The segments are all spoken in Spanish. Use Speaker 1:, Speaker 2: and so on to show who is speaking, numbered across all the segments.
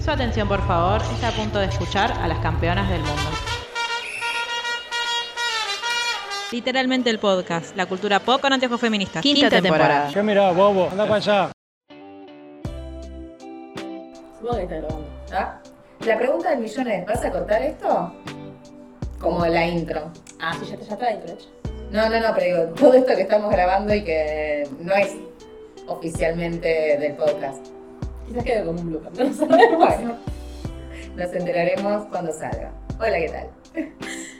Speaker 1: Su atención, por favor, está a punto de escuchar a las campeonas del mundo. Literalmente el podcast, la cultura pop con anteojos feministas.
Speaker 2: Quinta temporada.
Speaker 3: ¿Qué mirá, bobo? Anda para allá.
Speaker 4: Supongo que está grabando. ¿Ah? La pregunta del millón es, ¿vas a cortar esto? Como la intro.
Speaker 2: Ah, sí, ya está, ya está dentro. hecho.
Speaker 4: No, no, no, pero digo, todo esto que estamos grabando y que no es oficialmente del podcast.
Speaker 2: Quizás quede como un blooper, no lo sabemos.
Speaker 4: Bueno, nos enteraremos cuando salga. Hola, ¿qué tal?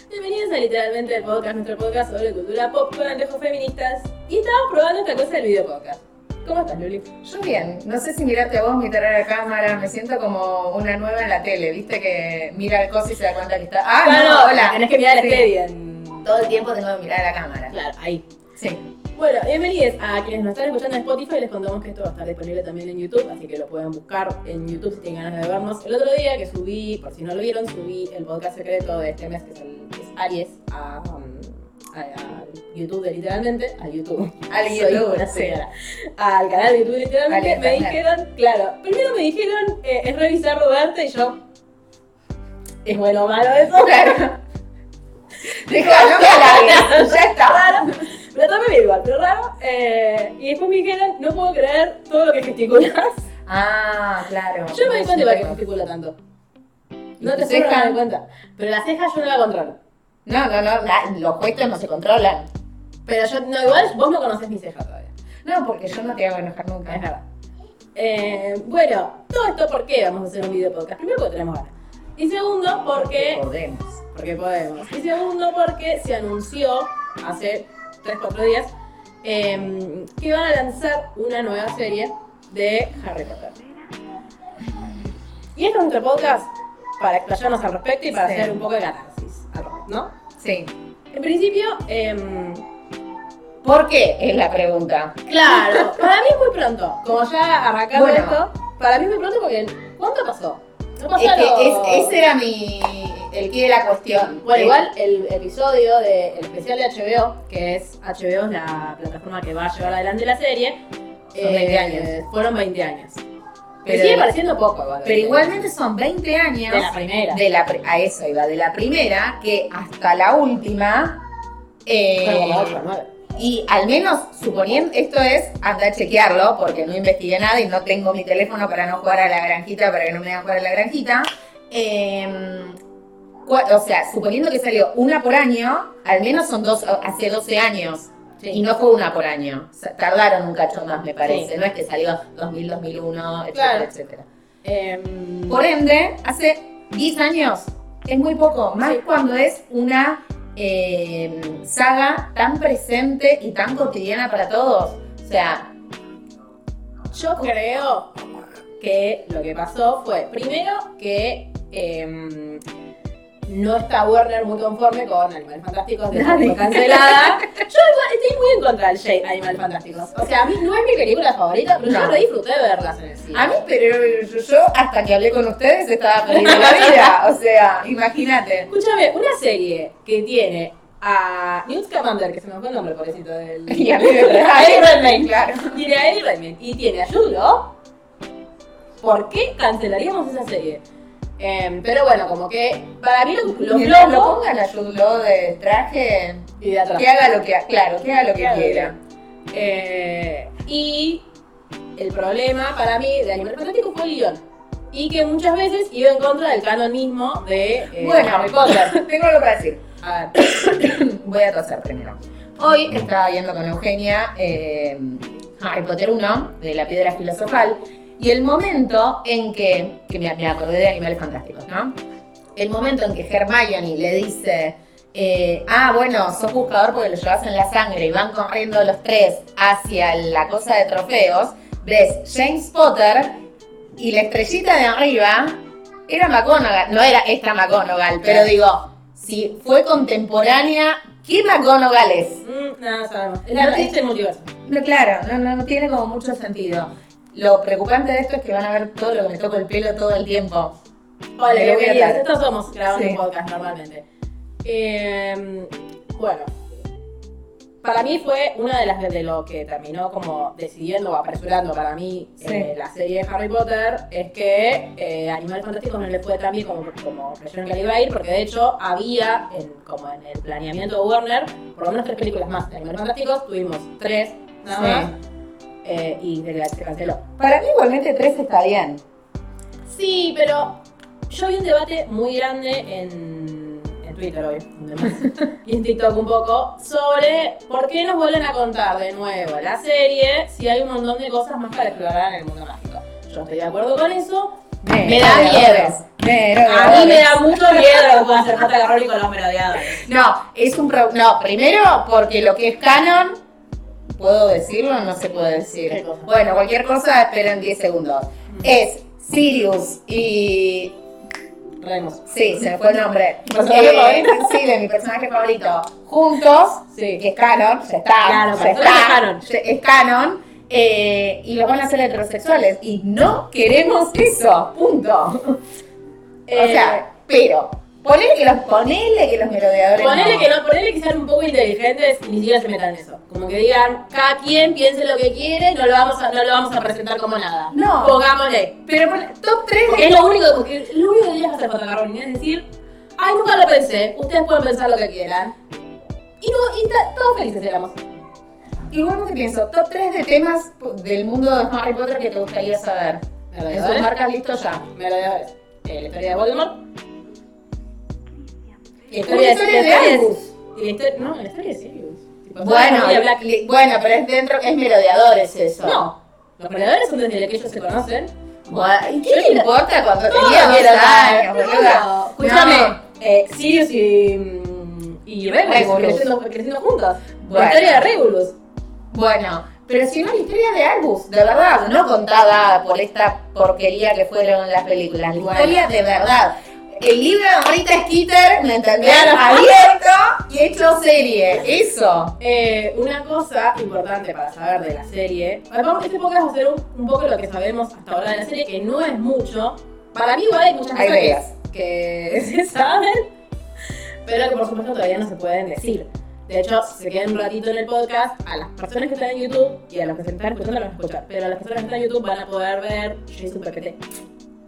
Speaker 2: Bienvenidos a literalmente el podcast, nuestro podcast sobre cultura pop con anteojos feministas. Y estamos probando esta cosa del video podcast. ¿Cómo estás, Luli?
Speaker 4: Yo bien, no sé si mirarte a vos, mirar a la cámara, me siento como una nueva en la tele, viste que mira el coso y se da cuenta que está... Ah,
Speaker 2: Claro,
Speaker 4: no, hola.
Speaker 2: Tenés que mirar el
Speaker 4: Sí.
Speaker 2: expedient.
Speaker 4: Todo el tiempo tengo que mirar a la cámara.
Speaker 2: Claro, ahí.
Speaker 4: Sí.
Speaker 2: Bueno, bienvenidos a quienes nos están escuchando en Spotify. Les contamos que esto va a estar disponible también en YouTube, así que lo pueden buscar en YouTube si tienen ganas de vernos. El otro día que subí, por si no lo vieron, subí el podcast secreto de este mes, que es, el- que es Aries, a, um, a- a YouTube de literalmente, a YouTube.
Speaker 4: Al
Speaker 2: Soy
Speaker 4: YouTube,
Speaker 2: una
Speaker 4: sí.
Speaker 2: señora. Al canal de YouTube literalmente.
Speaker 4: Al
Speaker 2: me
Speaker 4: internet.
Speaker 2: dijeron, claro, primero me dijeron, eh, es revisar Roberto y yo... Es bueno o malo eso.
Speaker 4: Claro. Déjalo que alargues, ya está.
Speaker 2: raro. Pero también me igual, pero raro. Eh, y después me dijeron, no puedo creer todo lo que gesticulas.
Speaker 4: Ah, claro.
Speaker 2: Yo me doy cuenta igual que gesticula tanto. No te
Speaker 4: ¿Tus
Speaker 2: sé
Speaker 4: cejas?
Speaker 2: dar cuenta. Pero las cejas yo no la controlo.
Speaker 4: No, no, no, la- los puestos no se controlan.
Speaker 2: Pero yo, no, igual vos no conocés mis cejas todavía.
Speaker 4: No, porque yo no te hago enojar nunca.
Speaker 2: Es verdad. Eh, bueno, todo esto por qué vamos a hacer un video podcast. Primero porque tenemos ganas. Y segundo porque
Speaker 4: Podemos.
Speaker 2: Porque podemos. Y segundo, porque se anunció hace 3-4 días em, que iban a lanzar una nueva serie de Harry Potter. Y este es nuestro podcast para explayarnos al respecto y para
Speaker 4: Sí.
Speaker 2: hacer un poco de catarsis, al respecto, ¿no?
Speaker 4: Sí.
Speaker 2: En principio, em,
Speaker 4: ¿Por qué? Es la pregunta.
Speaker 2: claro, para mí es muy pronto. Como ya arrancando
Speaker 4: Bueno.
Speaker 2: esto, para mí es muy pronto porque ¿cuánto pasó? No
Speaker 4: Es
Speaker 2: pasaron...
Speaker 4: que es- ese era mi. el quid de la cuestión.
Speaker 2: Bueno,
Speaker 4: Eh,
Speaker 2: igual el episodio del especial de HBO, que es HBO es la plataforma que va a llevar adelante la serie, eh,
Speaker 4: 20 años.
Speaker 2: Fueron 20 años. Me
Speaker 4: Pero-
Speaker 2: sigue pareciendo poco igual.
Speaker 4: Pero igualmente son 20 años.
Speaker 2: De la primera.
Speaker 4: de la pri- a eso iba, de la primera, que hasta la última. eh,
Speaker 2: Fueron como ocho, nueve.
Speaker 4: Y al menos, suponiendo, esto es, anda a chequearlo, porque no investigué nada y no tengo mi teléfono para no jugar a la granjita, para que no me hagan jugar a la granjita. Em, cua- o sea, suponiendo que salió una por año, al menos son dos, hace 12 años.
Speaker 2: Sí.
Speaker 4: Y no fue una por año. O sea, tardaron un cacho más, me parece.
Speaker 2: Sí.
Speaker 4: No es que salió 2000, 2001, etcétera,
Speaker 2: Claro.
Speaker 4: etcétera.
Speaker 2: Em,
Speaker 4: Por ende, hace 10 años es muy poco, más cuando es una eh, saga tan presente y tan cotidiana para todos. O sea,
Speaker 2: yo creo que lo que pasó fue, primero, que em, no está Warner muy conforme con Animales Fantásticos, de
Speaker 4: Nadie.
Speaker 2: fue cancelada. yo igual estoy muy en contra del Shade Animales Fantásticos. O sea, a mí no es mi película favorita, pero yo
Speaker 4: No.
Speaker 2: re disfruté verlas en el cine.
Speaker 4: a mí, pero yo, yo hasta que hablé con ustedes estaba perdiendo la vida. O sea, imagínate.
Speaker 2: Escúchame, una serie que tiene a Newt Scamander, que se me fue el nombre, pobrecito del.
Speaker 4: Y a mí me
Speaker 2: A Eddie Redmayne.
Speaker 4: Claro.
Speaker 2: Tiene a Eddie Redmayne y tiene a Jude Law. ¿Por qué cancelaríamos esa serie? Em, pero bueno, como que para mí lo, lo
Speaker 4: Mientras lo
Speaker 2: flojo-
Speaker 4: pongan a Jude Law de traje,
Speaker 2: y de atrás.
Speaker 4: que haga lo que, claro, que haga lo que
Speaker 2: Claro.
Speaker 4: quiera.
Speaker 2: Eh, y el problema para mí de Animal Fantástico fue el guión. Y que muchas veces iba en contra del canon mismo de eh,
Speaker 4: Bueno.
Speaker 2: Harry Potter.
Speaker 4: Tengo algo para decir.
Speaker 2: A ver.
Speaker 4: Voy a toser primero. Hoy estaba viendo con Eugenia eh, Harry Potter 1 de la piedra filosofal y el momento en que, que me, me acordé de Animales Fantásticos, ¿no? El momento en que Hermione le dice, eh, ah, bueno, sos buscador porque lo llevas en la sangre y van corriendo los tres hacia la cosa de trofeos, ves James Potter y la estrellita de arriba era McGonagall, no era esta McGonagall, pero digo, si fue contemporánea, ¿qué McGonagall es?
Speaker 2: Mm, nada, sabemos. Es
Speaker 4: No
Speaker 2: la
Speaker 4: te-
Speaker 2: es el multiverso.
Speaker 4: No, claro, no, no, no tiene como mucho sentido. Lo preocupante de esto es que van a ver todo lo que me toco el pelo todo el tiempo.
Speaker 2: Hola,
Speaker 4: Me lo voy a
Speaker 2: bienvenidos.
Speaker 4: atar.
Speaker 2: Estos somos grabando
Speaker 4: Sí.
Speaker 2: un podcast normalmente. Eh, bueno, Em, para mí fue una de las de lo que terminó como decidiendo o apresurando para mí
Speaker 4: Sí.
Speaker 2: eh, la serie de Harry Potter es que eh, Animales Fantásticos no le fue tan bien como, como creyeron que le iba a ir, porque de hecho había, en- como en el planeamiento de Warner, por lo menos tres películas más de Animales Fantásticos, tuvimos tres nada
Speaker 4: Sí.
Speaker 2: más, eh, y se, se canceló.
Speaker 4: Para mí igualmente tres está bien.
Speaker 2: Sí, pero yo vi un debate muy grande en, en Twitter hoy, donde más, y en TikTok un poco, sobre por qué nos vuelven a contar de nuevo la serie si hay un montón de cosas más para explorar en el mundo mágico. Yo estoy de acuerdo con eso. Me da miedo.
Speaker 4: Pero,
Speaker 2: A mí me da mucho miedo lo que pueda hacer J.K. Rowling con los merodeadores.
Speaker 4: No, es un pro- No, primero porque lo que es canon, ¿puedo decirlo o no se puede
Speaker 2: ¿Qué
Speaker 4: decir?
Speaker 2: cosa?
Speaker 4: Bueno, cualquier cosa, esperen 10 segundos. Es Sirius y.
Speaker 2: Remus.
Speaker 4: Sí, se me fue el nombre. Eh,
Speaker 2: personaje favorito?
Speaker 4: sí, de mi personaje favorito. Juntos, que
Speaker 2: Sí.
Speaker 4: es canon, ya está.
Speaker 2: Claro,
Speaker 4: ya
Speaker 2: para
Speaker 4: está.
Speaker 2: todos es canon.
Speaker 4: ya- Es canon. eh, y los van a hacer heterosexuales. Y no queremos eso. Punto.
Speaker 2: Eh,
Speaker 4: O sea, pero ponele que los, ponele que los merodeadores.
Speaker 2: Ponele que no, ponele que sean un poco inteligentes y ni siquiera se metan en eso. Como que digan, cada quien piense lo que quiere, no lo vamos a, no lo vamos a presentar como nada.
Speaker 4: No.
Speaker 2: Pongámosle.
Speaker 4: Pero pon- top 3
Speaker 2: Porque es lo único, porque lo único que tienes que hacer para Rowling es decir, ay, nunca lo pensé, ustedes pueden pensar lo que quieran. Y, no, y ta- todos felices éramos.
Speaker 4: Igualmente pienso, top 3 de temas del mundo de Harry Potter que te gustaría saber. En sus
Speaker 2: Merodeadores,
Speaker 4: marcas listo ya.
Speaker 2: merodeadores. Eh, la historia de Voldemort. La
Speaker 4: Una historia de Albus.
Speaker 2: Y la historia, no, la historia de Sirius. Tipo,
Speaker 4: Bueno,
Speaker 2: toda la familia Black-
Speaker 4: li- bueno, pero es dentro, es merodeadores eso.
Speaker 2: No, los merodeadores son desde que ellos se conocen.
Speaker 4: Bueno, ¿y qué
Speaker 2: Yo
Speaker 4: le importa cuando tenía
Speaker 2: Todos
Speaker 4: 10 años,
Speaker 2: eran-
Speaker 4: boluda?
Speaker 2: no, Escúchame, eh, Sirius y, mm, y Regulus,
Speaker 4: Regulus.
Speaker 2: Creciendo, creciendo juntos.
Speaker 4: Bueno.
Speaker 2: La historia de Regulus.
Speaker 4: Bueno, pero si no la historia de Albus, de verdad, no contada por esta porquería que fueron las películas. La
Speaker 2: Bueno.
Speaker 4: historia de verdad. El libro de Rita Skeeter, ¿me entendés? Abierto y hecho serie. Eso.
Speaker 2: Eh, una cosa importante para saber de la serie, vamos, este podcast va a ser un, un poco lo que sabemos hasta ahora de la serie, que no es mucho. Para mí igual hay muchas
Speaker 4: Hay
Speaker 2: cosas que-
Speaker 4: veas.
Speaker 2: que se saben, pero que por supuesto todavía no se pueden decir. De hecho, si se quedan un ratito en el podcast, a las personas que están en YouTube y a los que se están escuchando lo van a escuchar, pero a las personas que están en YouTube van a poder ver Jason Paquete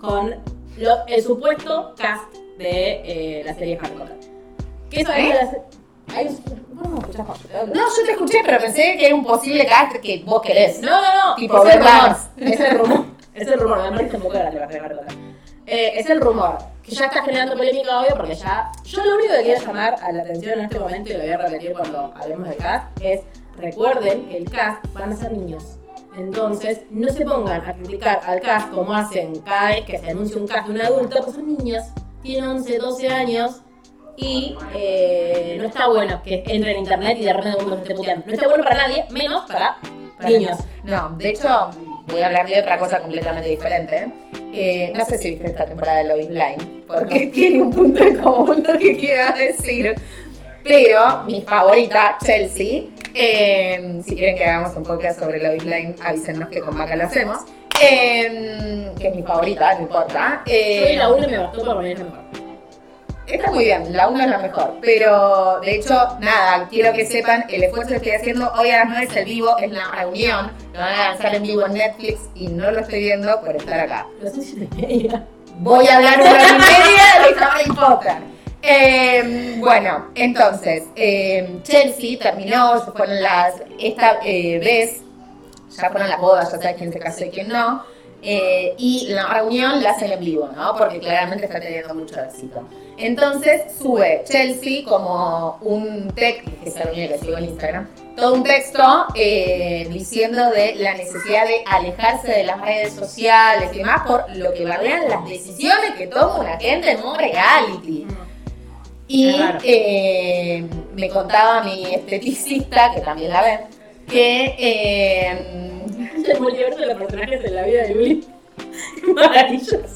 Speaker 2: con lo- el supuesto cast de eh, la serie Harry Potter. ¿Qué sabemos
Speaker 4: ¿Eh?
Speaker 2: de la serie? Hay un- ¿Vos no me escuchás cuando te hablo?
Speaker 4: No, yo te escuché, pero pensé que era un posible cast que vos querés.
Speaker 2: No, no, no.
Speaker 4: Tipo
Speaker 2: es el
Speaker 4: Ben
Speaker 2: rumor.
Speaker 4: Barnes.
Speaker 2: Es el rumor. Es el rumor. Además, dice un poco de la de la- de la- Eh, es el rumor. Que ya está generando polémica, obvio, porque ya. Yo lo único que quiero llamar a la atención en este momento, y lo voy a repetir cuando hablemos del cast, es recuerden que el cast van a ser niños. Entonces, no se pongan a criticar al cast como hacen cada vez que se anuncia un cast de un adulto, porque son niños, tienen 11, 12 años. Y eh, no está bueno que entren en internet y de repente uno se esté puteando. No está bueno para nadie, menos para
Speaker 4: Para
Speaker 2: niños.
Speaker 4: No, de hecho, voy a hablar de otra cosa completamente diferente. Eh, no sé si viste esta temporada de Love is Blind, porque tiene un punto en común lo que quiero decir. Pero mi favorita, Chelsea, eh, si quieren que hagamos un podcast sobre Love is Blind, avísenos que con Maca lo hacemos. eh, que es mi favorita, no importa.
Speaker 2: Yo vi
Speaker 4: Eh,
Speaker 2: la 1 y me bastó para ponerme mejor.
Speaker 4: Está muy bien, la 1 es la mejor, pero de hecho, nada, quiero que sepan el esfuerzo que estoy haciendo. Hoy a las 9 es el vivo, es la reunión, lo van a lanzar en vivo en Netflix y no lo estoy viendo por estar acá.
Speaker 2: Lo sé si te quería.
Speaker 4: Voy a hablar una hora y media de Harry Potter. Eh, bueno, entonces, eh, Chelsea terminó, se fueron las, esta eh, vez, ya fueron las bodas, ya sabes quién se casó y quién no, eh, y la reunión la hacen en vivo, ¿no? Porque claramente está teniendo mucho éxito. Entonces sube Chelsea como un texto, que es la única que sigo en Instagram, todo un texto eh, diciendo de la necesidad de alejarse de las redes sociales y más por lo que valen las decisiones que toma una gente en un reality. Y
Speaker 2: Mm. Es raro.
Speaker 4: eh, me contaba mi esteticista, que también la ve, que eh,
Speaker 2: El multiverso de los personajes en la vida de Yuli. Maravilloso.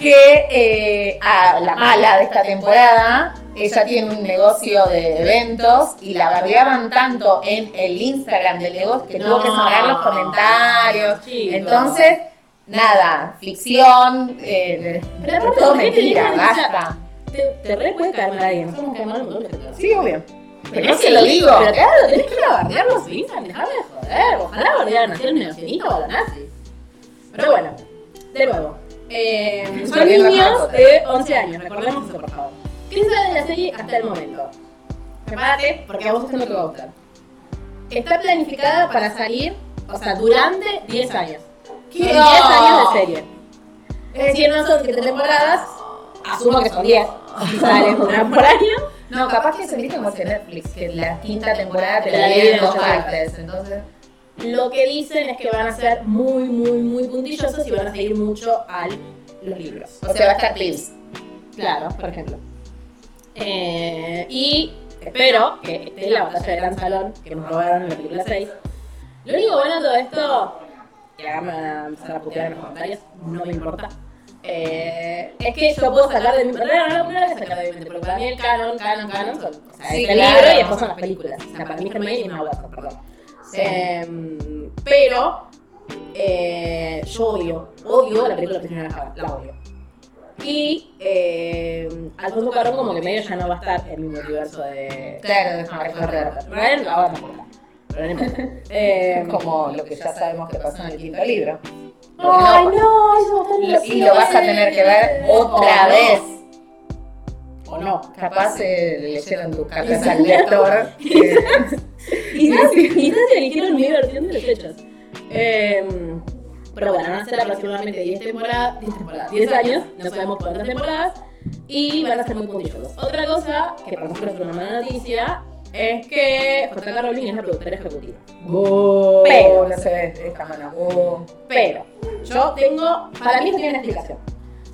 Speaker 4: que eh, a la mala de esta temporada, ella tiene un negocio de eventos y la bardeaban tanto en el Instagram del negocio que tuvo que cerrar los comentarios.
Speaker 2: Chicos.
Speaker 4: Entonces, nada, ficción, eh,
Speaker 2: Pero aparte,
Speaker 4: todo
Speaker 2: ¿por qué te
Speaker 4: mentira,
Speaker 2: dejan esa-
Speaker 4: basta.
Speaker 2: Te, te re puede caer mal a alguien. Somos que mal un montón de cosas.
Speaker 4: Sí, obvio. Pero es que lo digo.
Speaker 2: Pero claro, tenés que ir a bardear los Simpsons, dejame de joder. Ojalá bardearan a hacer un neogenito o a los nazis. Pero bueno, de nuevo. Eh, son
Speaker 4: Volviendo a
Speaker 2: niños
Speaker 4: Harry
Speaker 2: de 11 años, recordemos eso por favor. ¿Qué se sabe de la serie hasta el momento? Prepárate, porque a vos esto no te va a gustar. Está planificada para salir, o sea, durante 10 años. Son 10 años de serie. Es decir, no son 7 temporadas, asumo que son 10. Si sale una por año.
Speaker 4: No, capaz que se viste como que Netflix, que la quinta temporada te
Speaker 2: Te la
Speaker 4: la dividen en
Speaker 2: dividen
Speaker 4: dos
Speaker 2: en ocho
Speaker 4: partes. Entonces,
Speaker 2: Lo que dicen es que van a ser muy, muy, muy puntillosos y van a seguir mucho a los libros.
Speaker 4: o sea, va a estar Pills.
Speaker 2: Claro, por ejemplo. Eh, y espero que esté en la batalla de Gran Salón, que nos robaron en la película 6. Lo único bueno de todo esto, y acá me van a empezar a putear en los comentarios, no me importa. eh, es que yo puedo sacar de mi. No, no, no, no lo voy a sacar de mi mente, porque para mí el canon, canon, canon son. O sea,
Speaker 4: Sí,
Speaker 2: es el
Speaker 4: claro.
Speaker 2: libro y después son las películas. O sea, para mí Hermione es una hueca, perdón.
Speaker 4: Sí.
Speaker 2: Em, pero eh, yo odio, odio la película Prisionera de Azkaban, la odio. Y eh, Alfonso Cuarón como que medio ya no va a estar en mi universo de...
Speaker 4: Claro, de Harry Potter.
Speaker 2: Ryan la va a matar. Pero no importa. Eh,
Speaker 4: Como lo que ya sabemos que pasó en el quinto libro.
Speaker 2: Ay, no, eso va a estar
Speaker 4: Y lo- y lo vas a tener que ver otra
Speaker 2: O no.
Speaker 4: vez.
Speaker 2: O no.
Speaker 4: Capaz eh, le leyeron tus cartas al lector. que-
Speaker 2: Quizás, quizás eligieron mi versión de los hechos. Em, pero bueno, van a ser aproximadamente 10 temporadas, 10 temporadas, 10 años, no sabemos cuántas temporadas, y van a ser muy puntillosos. Otra cosa, que para nosotros es una mala noticia, es que J.K. Rowling es la productora ejecutiva.
Speaker 4: Buh,
Speaker 2: Pero.
Speaker 4: no se ve esta mano. buh.
Speaker 2: Pero yo tengo, para mí esto tiene una explicación.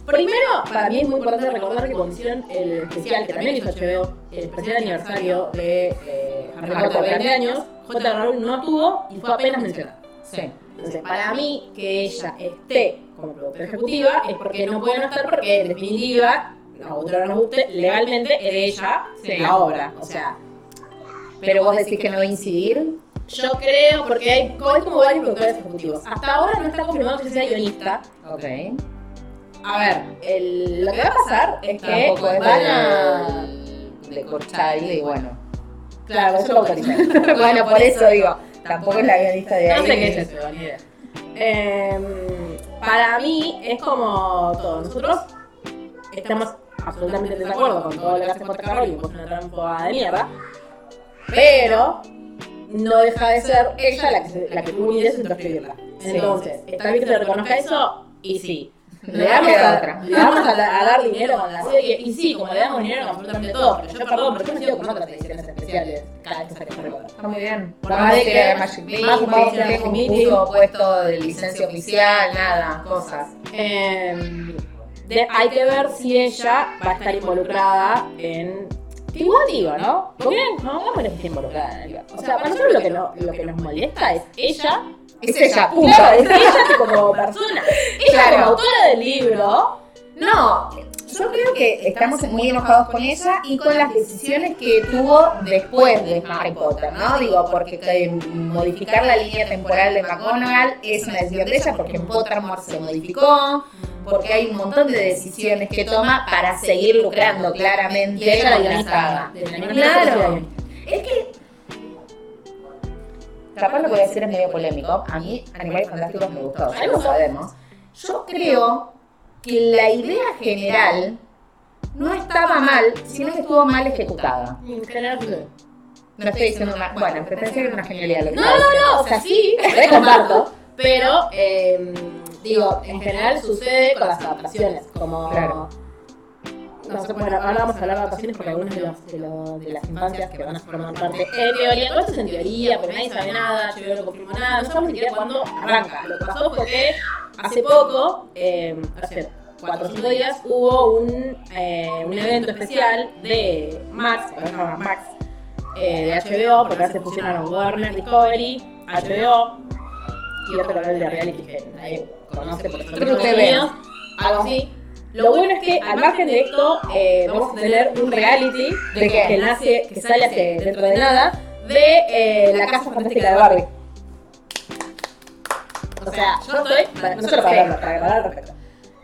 Speaker 2: Primero, para mí es muy importante recordar que cuando hicieron el especial que también hizo HBO, el especial aniversario de eh, Harry Potter 20 años, J.K. Rowling no estuvo y fue apenas mencionada.
Speaker 4: Sí.
Speaker 2: Entonces, para mí, que ella esté como productora ejecutiva es porque no puede no estar, porque en definitiva, a otro no nos guste, legalmente es de ella
Speaker 4: Sí.
Speaker 2: la obra. O sea,
Speaker 4: Pero vos decís que no va a incidir.
Speaker 2: yo creo, porque hay, hay como varios productores ejecutivos. Hasta ahora no está confirmado que sea guionista.
Speaker 4: Ok.
Speaker 2: A ver, el- lo que va a pasar es que
Speaker 4: Tampoco es
Speaker 2: van a.
Speaker 4: de, de Corchal y bueno.
Speaker 2: Claro, eso lo autoriza.
Speaker 4: bueno, por eso digo, tampoco es la guionista de ahí.
Speaker 2: No sé qué es eso, ni idea. Em, para mí es como todo. Nosotros estamos absolutamente en desacuerdo con todo lo que hace J.K. Rowling, porque es una trampa de mierda. Pero no deja de ser ella la que, se- la que tuvo una idea y se entró a escribirla.
Speaker 4: Sí.
Speaker 2: Entonces, está bien que se reconozca eso y sí.
Speaker 4: No
Speaker 2: Le damos,
Speaker 4: queda
Speaker 2: a,
Speaker 4: otra.
Speaker 2: le damos a, la- a dar dinero a la serie. Y sí, como le damos dinero a absolutamente todo. Pero yo, perdón, pero yo me sigo con otras ediciones especiales cada vez que sale Harry Potter.
Speaker 4: Está muy bien.
Speaker 2: Por
Speaker 4: Vamos
Speaker 2: más
Speaker 4: a
Speaker 2: de
Speaker 4: que
Speaker 2: que-
Speaker 4: Magic Meeting,
Speaker 2: más
Speaker 4: vamos a
Speaker 2: Magic
Speaker 4: tener un
Speaker 2: Meeting.
Speaker 4: curso puesto de licencia oficial, nada, cosas.
Speaker 2: Eh, de- hay que ver si ella va a estar involucrada en. Que igual digo, ¿no? Porque no vamos a ver que esté involucrada en algo. O sea, para nosotros lo que, no- lo que nos molesta es ella.
Speaker 4: Es ella, punto.
Speaker 2: Claro, es ella como persona. Ella
Speaker 4: Claro.
Speaker 2: como autora del libro.
Speaker 4: No, yo creo que estamos muy enojados con ella y con las decisiones que tuvo después de Harry Potter, ¿no? Digo, porque eh, modificar la línea temporal de McGonagall es una decisión de ella, porque en Pottermore se modificó, porque hay un montón de decisiones que toma para seguir lucrando claramente con la saga.
Speaker 2: De la
Speaker 4: Claro. Es que. Capaz lo que voy a decir es medio polémico. A mí, Animales Fantásticos me gustó, ya lo sabemos. Yo creo que la idea general no estaba mal, sino que estuvo mal ejecutada. No estoy diciendo mal. Bueno, pero pensé que era una genialidad. lo que
Speaker 2: No,
Speaker 4: estaba diciendo.
Speaker 2: no, o sea, sí, re comparto. Pero, eh, digo, en general sucede con las adaptaciones. Como.
Speaker 4: Claro.
Speaker 2: No sé, bueno, ahora vamos a hablar de adaptaciones porque algunas de, los- de, lo- de las infancias que van a formar parte. En teoría, todo esto es en teoría, porque nadie sabe nada, yo no confirmo nada, no sabemos ni siquiera cuándo arranca. Lo que pasó fue que hace poco, eh, hace 400 días, hubo un, eh, un evento especial de Max, que se llama Max, eh, de HBO, porque ahora se pusieron a los Warner Discovery, HBO y otro canal de reality que nadie conoce por
Speaker 4: True
Speaker 2: ejemplo
Speaker 4: TV.
Speaker 2: algo así. Lo bueno es que al margen de esto eh, vamos a tener un reality
Speaker 4: ¿De qué?
Speaker 2: que nace, que sale hace dentro de nada, de eh, la casa fantástica de Barbie. O sea, yo estoy, no solo para hablar, para grabar al respecto.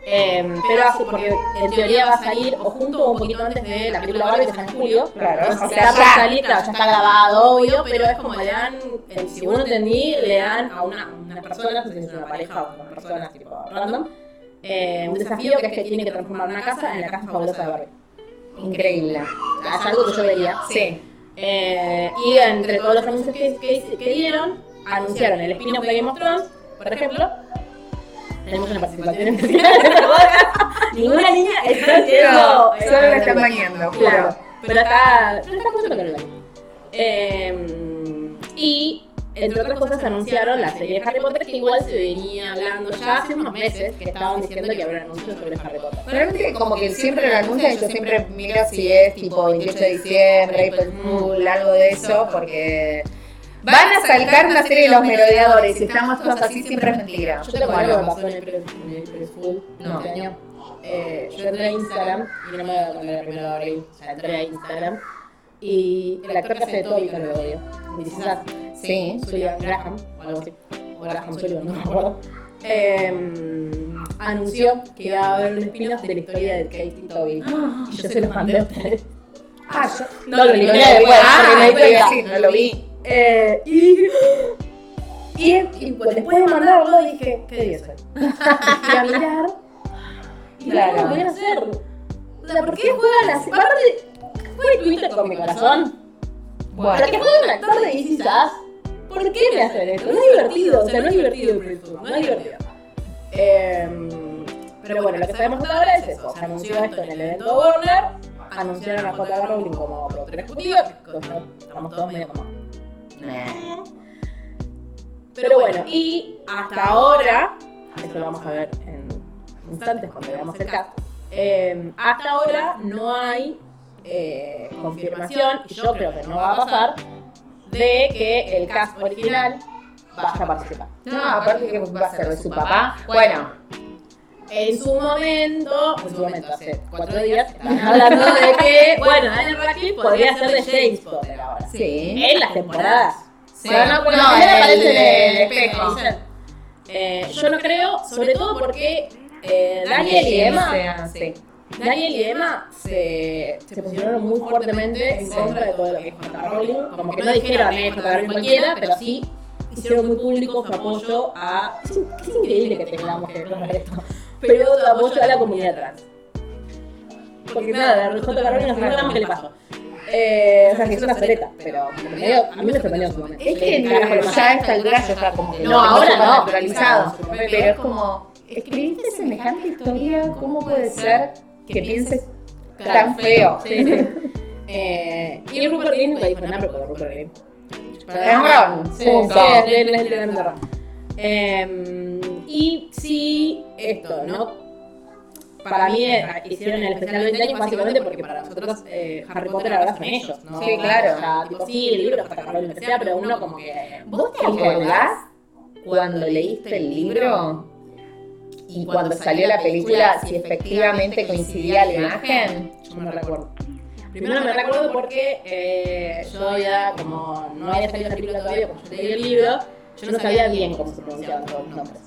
Speaker 2: Em, pero así, porque en teoría va a salir o junto o un poquito antes de la película Barbie que sale en julio.
Speaker 4: Claro,
Speaker 2: Entonces,
Speaker 4: o
Speaker 2: si
Speaker 4: sea,
Speaker 2: está por
Speaker 4: ya.
Speaker 2: salir, claro, ya está grabado, obvio, pero es como le dan, eh, si uno entendí, le dan a una, una persona, no sé si es una pareja o una persona tipo random, eh, un desafío que es que tiene que transformar una casa en la casa fabulosa de Barbie.
Speaker 4: Increíble.
Speaker 2: Es algo que yo vería.
Speaker 4: Sí.
Speaker 2: Eh, y entre todos los anuncios que, que- que dieron, anunciaron el spin-off de Game of Thrones, por ejemplo. Tenemos una participación especial en el podcast. Ninguna niña está haciendo.
Speaker 4: No, solo lo están bañando, juro.
Speaker 2: Claro, pero está. Pero está justo con el baño. Eh, y. Entre otras cosas anunciaron la serie de Harry Potter que igual se venía hablando ya hace unos meses que estaban diciendo que habrá anuncios sobre Harry Potter.
Speaker 4: Realmente como que siempre lo anuncian, yo siempre miro si es tipo 28 de diciembre, April Fool, algo de eso, porque van a saltar una serie de los merodeadores, si estamos todos así siempre es mentira.
Speaker 2: Yo te cuento algo que pasó en el pre- en el pre-school
Speaker 4: No.
Speaker 2: este año. Eh, yo entré a Instagram, y no me voy a poner el primero de abril, o sea, entré a Instagram, y el actor que hace de Toby, que lo odio, quizás
Speaker 4: Sí.
Speaker 2: Julian Graham, o algo así, o Graham Sullivan, no me acuerdo, eh, anunció que iba a haber un spin-off de la historia de Kate y Toby. Y yo se los mandé a ustedes.
Speaker 4: Ah, yo
Speaker 2: No, lo eliminé después, porque me
Speaker 4: ah,
Speaker 2: di
Speaker 4: estoy
Speaker 2: cuenta.
Speaker 4: así, no lo vi.
Speaker 2: Eh, y dije. Y, y pues, después de mandarlo dije, ¿qué debía hacer? Fui a mirar. Y
Speaker 4: Claro.
Speaker 2: claro. ¿cómo voy a hacer? O sea, ¿por qué juegan así? Aparte, ¿qué fue Twitter con mi corazón? ¿Para que juegue un actor de DC Sass? ¿Por qué me hacen esto? No es divertido, o sea, no es divertido el proyecto, no es divertido. Em, pero bueno, lo que sabemos hasta ahora es eso. Se anunció esto en el evento Warner, anunciaron a J.R. Rowling como productora ejecutiva, que cosa- estamos todos medio como...
Speaker 4: Eh,
Speaker 2: Pero bueno, y hasta ahora, esto lo vamos a ver en instantes cuando veamos el cast, eh, hasta ahora no hay eh, confirmación, y yo creo que no va a pasar, de que el cast original vaya a participar. Ah,
Speaker 4: No, aparte que va a ser de su papá. Bueno,
Speaker 2: En su momento, en su momento, hace cuatro días, estaban hablando de que, bueno, Daniel Radcliffe podría ser de James Potter ahora.
Speaker 4: sí.
Speaker 2: En las temporadas.
Speaker 4: sí.
Speaker 2: Pero no, bueno,
Speaker 4: No,
Speaker 2: a mí me
Speaker 4: el-
Speaker 2: parece
Speaker 4: el
Speaker 2: de-
Speaker 4: espejo.
Speaker 2: de- Eh, yo no creo, sobre todo porque eh, Daniel y Emma,
Speaker 4: sea, sí.
Speaker 2: Daniel y Emma se, se posicionaron muy fuertemente en
Speaker 4: Sí.
Speaker 2: contra de todo lo que es J.K. Rowling. Como que no dijeron, eh, J.K. Rowling cualquiera, pero sí hicieron muy público su apoyo a... Es, in- es increíble que tengamos que hablar de esto. Pero su apoyo a la comunidad trans. Porque nada, J.K. Rowling no sabemos qué le pasó. Eh, o sea, que es una soleta, pero medio- a mí me sorprendió en su momento.
Speaker 4: Es que
Speaker 2: Carajo, lo
Speaker 4: ya a esta altura ya está como que
Speaker 2: No, ahora no.
Speaker 4: naturalizado. Pero es como, escribiste semejante historia, ¿cómo puede ser que pienses tan feo?
Speaker 2: Sí, sí. Eh, y el Rupert Green, ahí fue una pero Rupert Green.
Speaker 4: Es Ron,
Speaker 2: Sí,
Speaker 4: punto.
Speaker 2: sí, él es el de Ron. Eh, y sí, esto, ¿no? Para mí eh, hicieron el especial 20 años básicamente porque para nosotros eh, Harry Potter ahora son ellos, ¿no?
Speaker 4: Sí, claro.
Speaker 2: O sea, tipo, sí, el libro está cargado en la universidad, pero uno como que...
Speaker 4: ¿Vos te acordás cuando leíste el libro y cuando salió la película si efectivamente coincidía la imagen?
Speaker 2: Yo me recuerdo. Primero me recuerdo porque eh, yo ya, como no había salido la película todavía, como yo leí el libro, yo no sabía bien cómo se pronunciaban todos los nombres.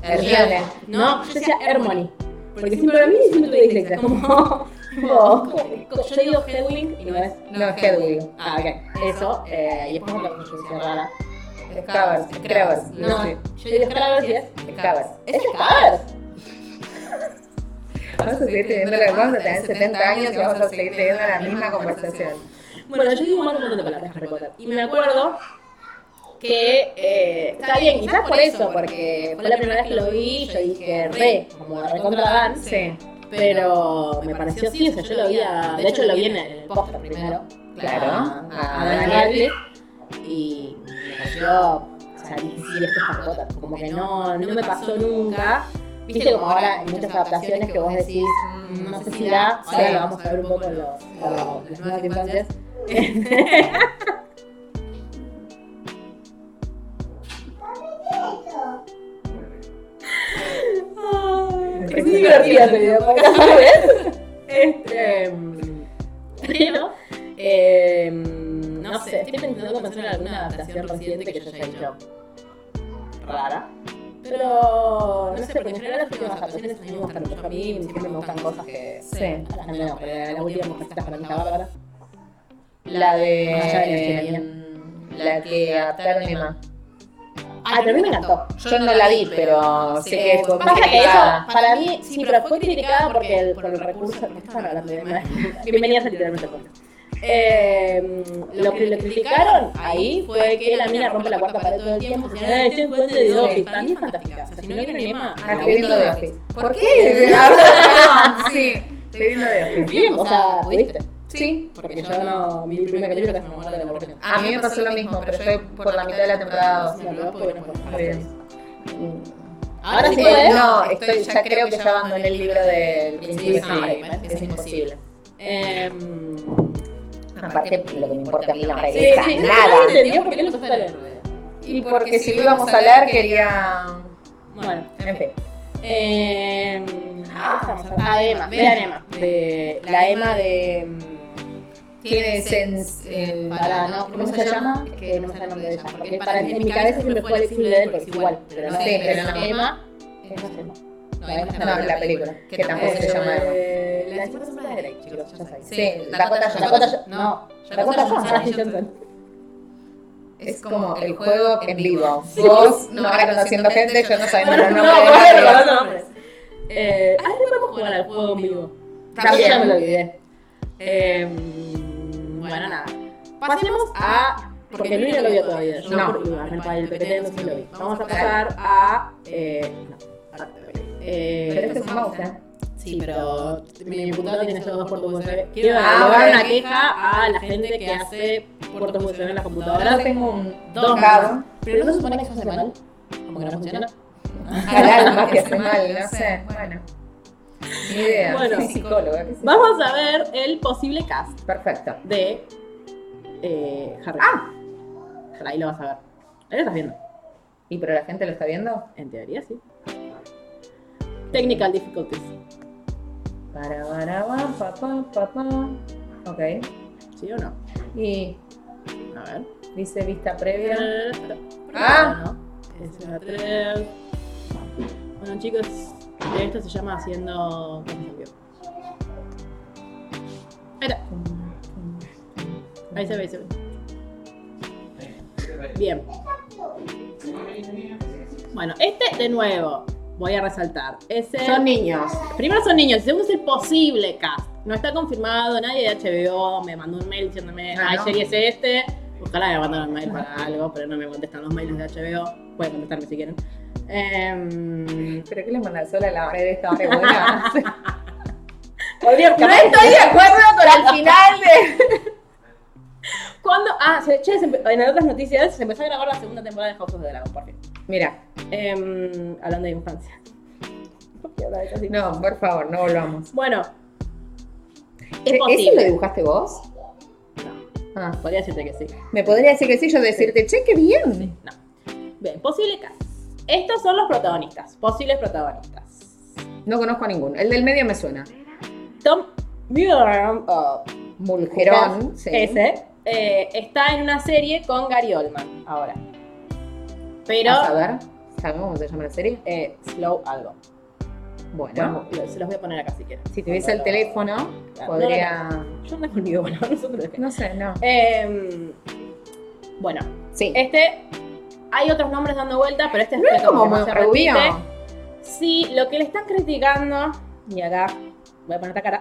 Speaker 4: Terrible.
Speaker 2: No, yo decía Hermione. Porque siempre a mí siempre te dicen que es como. como- como- Yo digo Hedwig y no es.
Speaker 4: No, Hedwig.
Speaker 2: Ah, ok. Eso. Eh, y después me lo pronunciación rara.
Speaker 4: Scavers. Scravers.
Speaker 2: No, yo digo Scravers y es.
Speaker 4: Scavers.
Speaker 2: ¡Es Scravers!
Speaker 4: Vamos a seguir teniendo la- vamos a tener 70 años y vamos a seguir teniendo la misma conversación.
Speaker 2: Bueno, yo digo mal un montón de palabras Harry Potter. Y me acuerdo que. eh, está bien, quizás por eso, porque fue la primera vez que lo vi, yo dije re, como de recontra Dan.
Speaker 4: Sí,
Speaker 2: Pero me pareció así, o sea, yo lo vi, a- de hecho lo vi en el póster primero.
Speaker 4: claro.
Speaker 2: a- A
Speaker 4: Ah.
Speaker 2: Daniel Radcliffe, Y me pareció, o sea, dije, sí, esto es Harry Potter, Como que no, no me pasó nunca. Viste como ahora hay muchas adaptaciones que vos decís, mm, no sé si da, ahora lo vamos a ver un poco en los, en las nuevas infancias. Es muy divertido este video, ¿sabes? Este. mm, Pero. eh, no sé, estoy intentando pensar en alguna adaptación reciente que yo haya hecho. Rara. Pero no sé, porque en general las últimas adaptaciones a mí me gustan mucho. A mí siempre me gustan cosas que.
Speaker 4: Sí.
Speaker 2: a las nuevas, porque la última que está para mí está bárbara.
Speaker 4: La
Speaker 2: Más allá de la
Speaker 4: de.
Speaker 2: ingeniería.
Speaker 4: la que adaptaron Emma.
Speaker 2: Ah, pero a mí me encantó.
Speaker 4: Yo no la vi, pero sé que fue muy
Speaker 2: Pasa que eso,
Speaker 4: criticada.
Speaker 2: para mí, sí, pero fue criticada porque el, por el recurso. ¿Por qué están hablando de Emma? Bienvenidas a literalmente podcast. Eh, lo que lo criticaron ahí fue que la mina rompe la cuarta pared todo el tiempo. Si no, estoy en cuenta de Office. Para mí es fantástica. O sea, si no quieren Emma,
Speaker 4: Ah,
Speaker 2: la
Speaker 4: estoy viendo
Speaker 2: buscan.
Speaker 4: de Office. ¿Por qué? Perdón, sí. Estoy viendo de Office.
Speaker 2: Bien, o sea, ¿viste?
Speaker 4: Sí.
Speaker 2: Porque yo no, mi primer capítulo casi me muero de la aburrición.
Speaker 4: A mí me pasó lo mismo, pero yo por la mitad de la temporada
Speaker 2: Me lo voy a poner por
Speaker 4: Muy bien.
Speaker 2: Ahora sí
Speaker 4: Eh,
Speaker 2: puedes.
Speaker 4: No, estoy, ya creo que ya abandoné el libro del príncipe Sangre. Es imposible.
Speaker 2: Em,
Speaker 4: Aparte, lo que me importa a mí la
Speaker 2: Sí,
Speaker 4: revista,
Speaker 2: sí,
Speaker 4: nada.
Speaker 2: nada. entendió por qué lo empezaste a leer.
Speaker 4: Y porque si lo íbamos a hablar, quería.
Speaker 2: Bueno,
Speaker 4: En fin.
Speaker 2: eh, a Emma, vean Emma. De, Ah, la Emma de. mm,
Speaker 4: Tiene sens. eh,
Speaker 2: Para, no, ¿Cómo se llama? Es que no me sale el nombre de ella. Porque para, en mi cabeza siempre fue el de él, pero es igual. Pero no
Speaker 4: Sí, pero no.
Speaker 2: Emma. Esa es Emma.
Speaker 5: No,
Speaker 2: La Emma es
Speaker 4: No, la película, que tampoco
Speaker 2: Eh,
Speaker 4: se llama.
Speaker 2: La chica se llama Drake, chicos, ya sabéis.
Speaker 4: Sí, Dakota Johnson.
Speaker 2: Dakota Johnson. No, Dakota Johnson. Ashley Johnson.
Speaker 4: Es como el juego en vivo. Vos no vas conociendo gente, yo no sabiendo los
Speaker 2: No,
Speaker 4: nombres de
Speaker 2: bueno,
Speaker 4: nadie.
Speaker 2: los nombres. Eh, ah, vamos a jugar al juego en vivo.
Speaker 4: También.
Speaker 2: Ya me lo olvidé. Eh, bueno, nada. Pasemos a. Porque Luis no lo vio todavía. Yo
Speaker 4: No.
Speaker 2: por iba en el país, el PT no sé si lo vi. Vamos a eh, pasar a. Eh, no, ahora te lo digo. Eh,
Speaker 4: Pero este es un mouse, ¿eh?
Speaker 2: Sí, pero mi computadora tiene solo dos puertos USB. Quiero
Speaker 4: Ah,
Speaker 2: elevar
Speaker 4: bueno.
Speaker 2: una queja a la gente que hace puertos USB en las
Speaker 4: Ahora
Speaker 2: computadoras.
Speaker 4: tengo un
Speaker 2: Dos
Speaker 4: cabo.
Speaker 2: Pero no se supone que eso hace mal. Como que no funciona.
Speaker 4: Al alma que hace mal, no sé. Bueno. Ni idea.
Speaker 2: Bueno.
Speaker 4: Soy psicóloga. qué sé yo.
Speaker 2: Vamos a ver el posible cast
Speaker 4: Perfecto.
Speaker 2: de eh, Harry.
Speaker 4: Ah.
Speaker 2: Ahí lo vas a ver. Ahí lo estás viendo.
Speaker 4: ¿Y pero la gente lo está viendo?
Speaker 2: En teoría, sí. Technical difficulties.
Speaker 4: Para, para, pa, pa, pa, pa. Ok.
Speaker 2: ¿Sí o no?
Speaker 4: Y
Speaker 2: A ver.
Speaker 4: dice vista previa. Ah.
Speaker 2: Ah. Bueno, chicos, esto se llama haciendo. ¿Cómo se vio? Ahí está. Ahí se ve, ahí se ve. Bien. Bueno, este de nuevo voy a resaltar. Es el-
Speaker 4: Son niños.
Speaker 2: Primero son niños, y segundo es el posible cast. No está confirmado, nadie de HBO me mandó un mail diciéndome,
Speaker 4: Ah,
Speaker 2: ay,
Speaker 4: ¿no?
Speaker 2: serie es este. Ojalá me mandaron un mail para algo, pero no me contestan los mails de HBO. Pueden contestarme si quieren. Em,
Speaker 4: ¿Pero qué les manda sola la red esta re buena?
Speaker 2: Podría
Speaker 4: No estoy de acuerdo con el final de.
Speaker 2: ¿Cuándo? Ah, se- che, se empe- en otras noticias se empezó a grabar la segunda temporada de House of the Dragon, por fin.
Speaker 4: Mira,
Speaker 2: Em, hablando de infancia. No quiero hablar de eso, sí.
Speaker 4: no, por favor, no volvamos.
Speaker 2: Bueno, es
Speaker 4: ¿E- ¿Eso lo
Speaker 2: posible.
Speaker 4: dibujaste vos? Ah,
Speaker 2: Podría decirte que sí.
Speaker 4: me podría decir que sí, yo decirte, che, qué bien.
Speaker 2: No. Bien, posible cast. Estos son los protagonistas, posibles protagonistas.
Speaker 4: No conozco a ninguno. El del medio me suena.
Speaker 2: Tom Muir, o
Speaker 4: Mulgerón. sí.
Speaker 2: ese, eh, está en una serie con Gary Oldman ahora. Pero
Speaker 4: A saber, ¿sabemos cómo se llama la serie?
Speaker 2: eh, slow algo.
Speaker 4: Bueno,
Speaker 2: Bueno, lo- se los voy a poner acá si quieren.
Speaker 4: si tuviese el
Speaker 2: Cuando-
Speaker 4: teléfono,
Speaker 2: Claro.
Speaker 4: podría.
Speaker 2: Yo no conmigo, bueno, nosotros dejemos.
Speaker 4: No sé, no.
Speaker 2: Em, bueno,
Speaker 4: Sí.
Speaker 2: este. Hay otros nombres dando vuelta, pero este es
Speaker 4: No es
Speaker 2: el que
Speaker 4: como
Speaker 2: más
Speaker 4: muy
Speaker 2: se
Speaker 4: rubio.
Speaker 2: repite. Sí, lo que le están criticando, y acá voy a poner esta cara,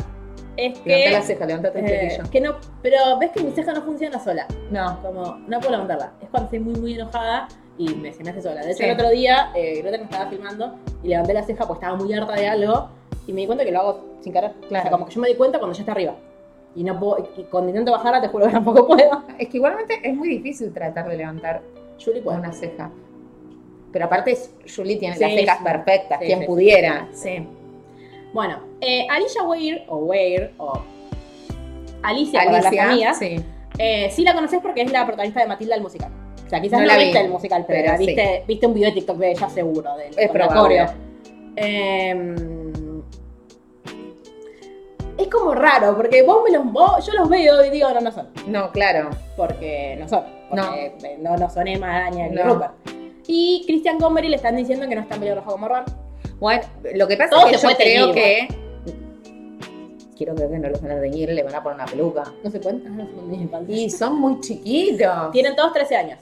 Speaker 2: es
Speaker 4: Levanta la
Speaker 2: que.
Speaker 4: ceja, levanta el
Speaker 2: eh,
Speaker 4: pelillo.
Speaker 2: que no, pero ves que mi ceja no funciona sola.
Speaker 4: No.
Speaker 2: Como, no puedo levantarla. Es cuando estoy muy, muy enojada y me, se me hace sola. De hecho,
Speaker 4: Sí.
Speaker 2: el otro día, eh, Greta me estaba filmando y levanté la ceja porque estaba muy harta de algo y me di cuenta que lo hago sin cara.
Speaker 4: Claro.
Speaker 2: O sea, como que yo me di cuenta cuando ya está arriba. Y no puedo, y cuando intento bajarla, te juro que tampoco puedo.
Speaker 4: Es que igualmente es muy difícil tratar de levantar
Speaker 2: Julie puede.
Speaker 4: una ceja. Pero aparte, es- Julie tiene
Speaker 2: Sí,
Speaker 4: las cejas
Speaker 2: sí.
Speaker 4: perfectas,
Speaker 2: Sí,
Speaker 4: quien
Speaker 2: sí.
Speaker 4: pudiera.
Speaker 2: Sí. Bueno, eh, Alicia Weir, o Weir, o Alicia, para las amigas,
Speaker 4: sí.
Speaker 2: eh, sí la conoces porque es la protagonista de Matilda el musical. O sea, quizás no,
Speaker 4: No la vi,
Speaker 2: viste el musical, pero,
Speaker 4: pero
Speaker 2: la
Speaker 4: sí.
Speaker 2: viste, viste un video de TikTok de ella seguro. Del,
Speaker 4: Es
Speaker 2: con la
Speaker 4: probable.
Speaker 2: coreo. Em, es como raro, porque vos me los, vos- yo los veo y digo, no, no son.
Speaker 4: No, claro.
Speaker 2: Porque no son. Porque eh, no, no son Emma, Daniel ni
Speaker 4: No.
Speaker 2: Rupert. Y Christian Gomery le están diciendo que no es tan pelirrojo como Ron.
Speaker 4: Ah, Bueno, lo que pasa
Speaker 2: Todo
Speaker 4: es
Speaker 2: se
Speaker 4: que yo
Speaker 2: puede
Speaker 4: creo
Speaker 2: teñir,
Speaker 4: que. Quiero creer que no los van a teñir, le van a poner una peluca.
Speaker 2: No se cuenta. No se cuenta ni falta.
Speaker 4: Y son muy chiquitos.
Speaker 2: Tienen todos 13 años.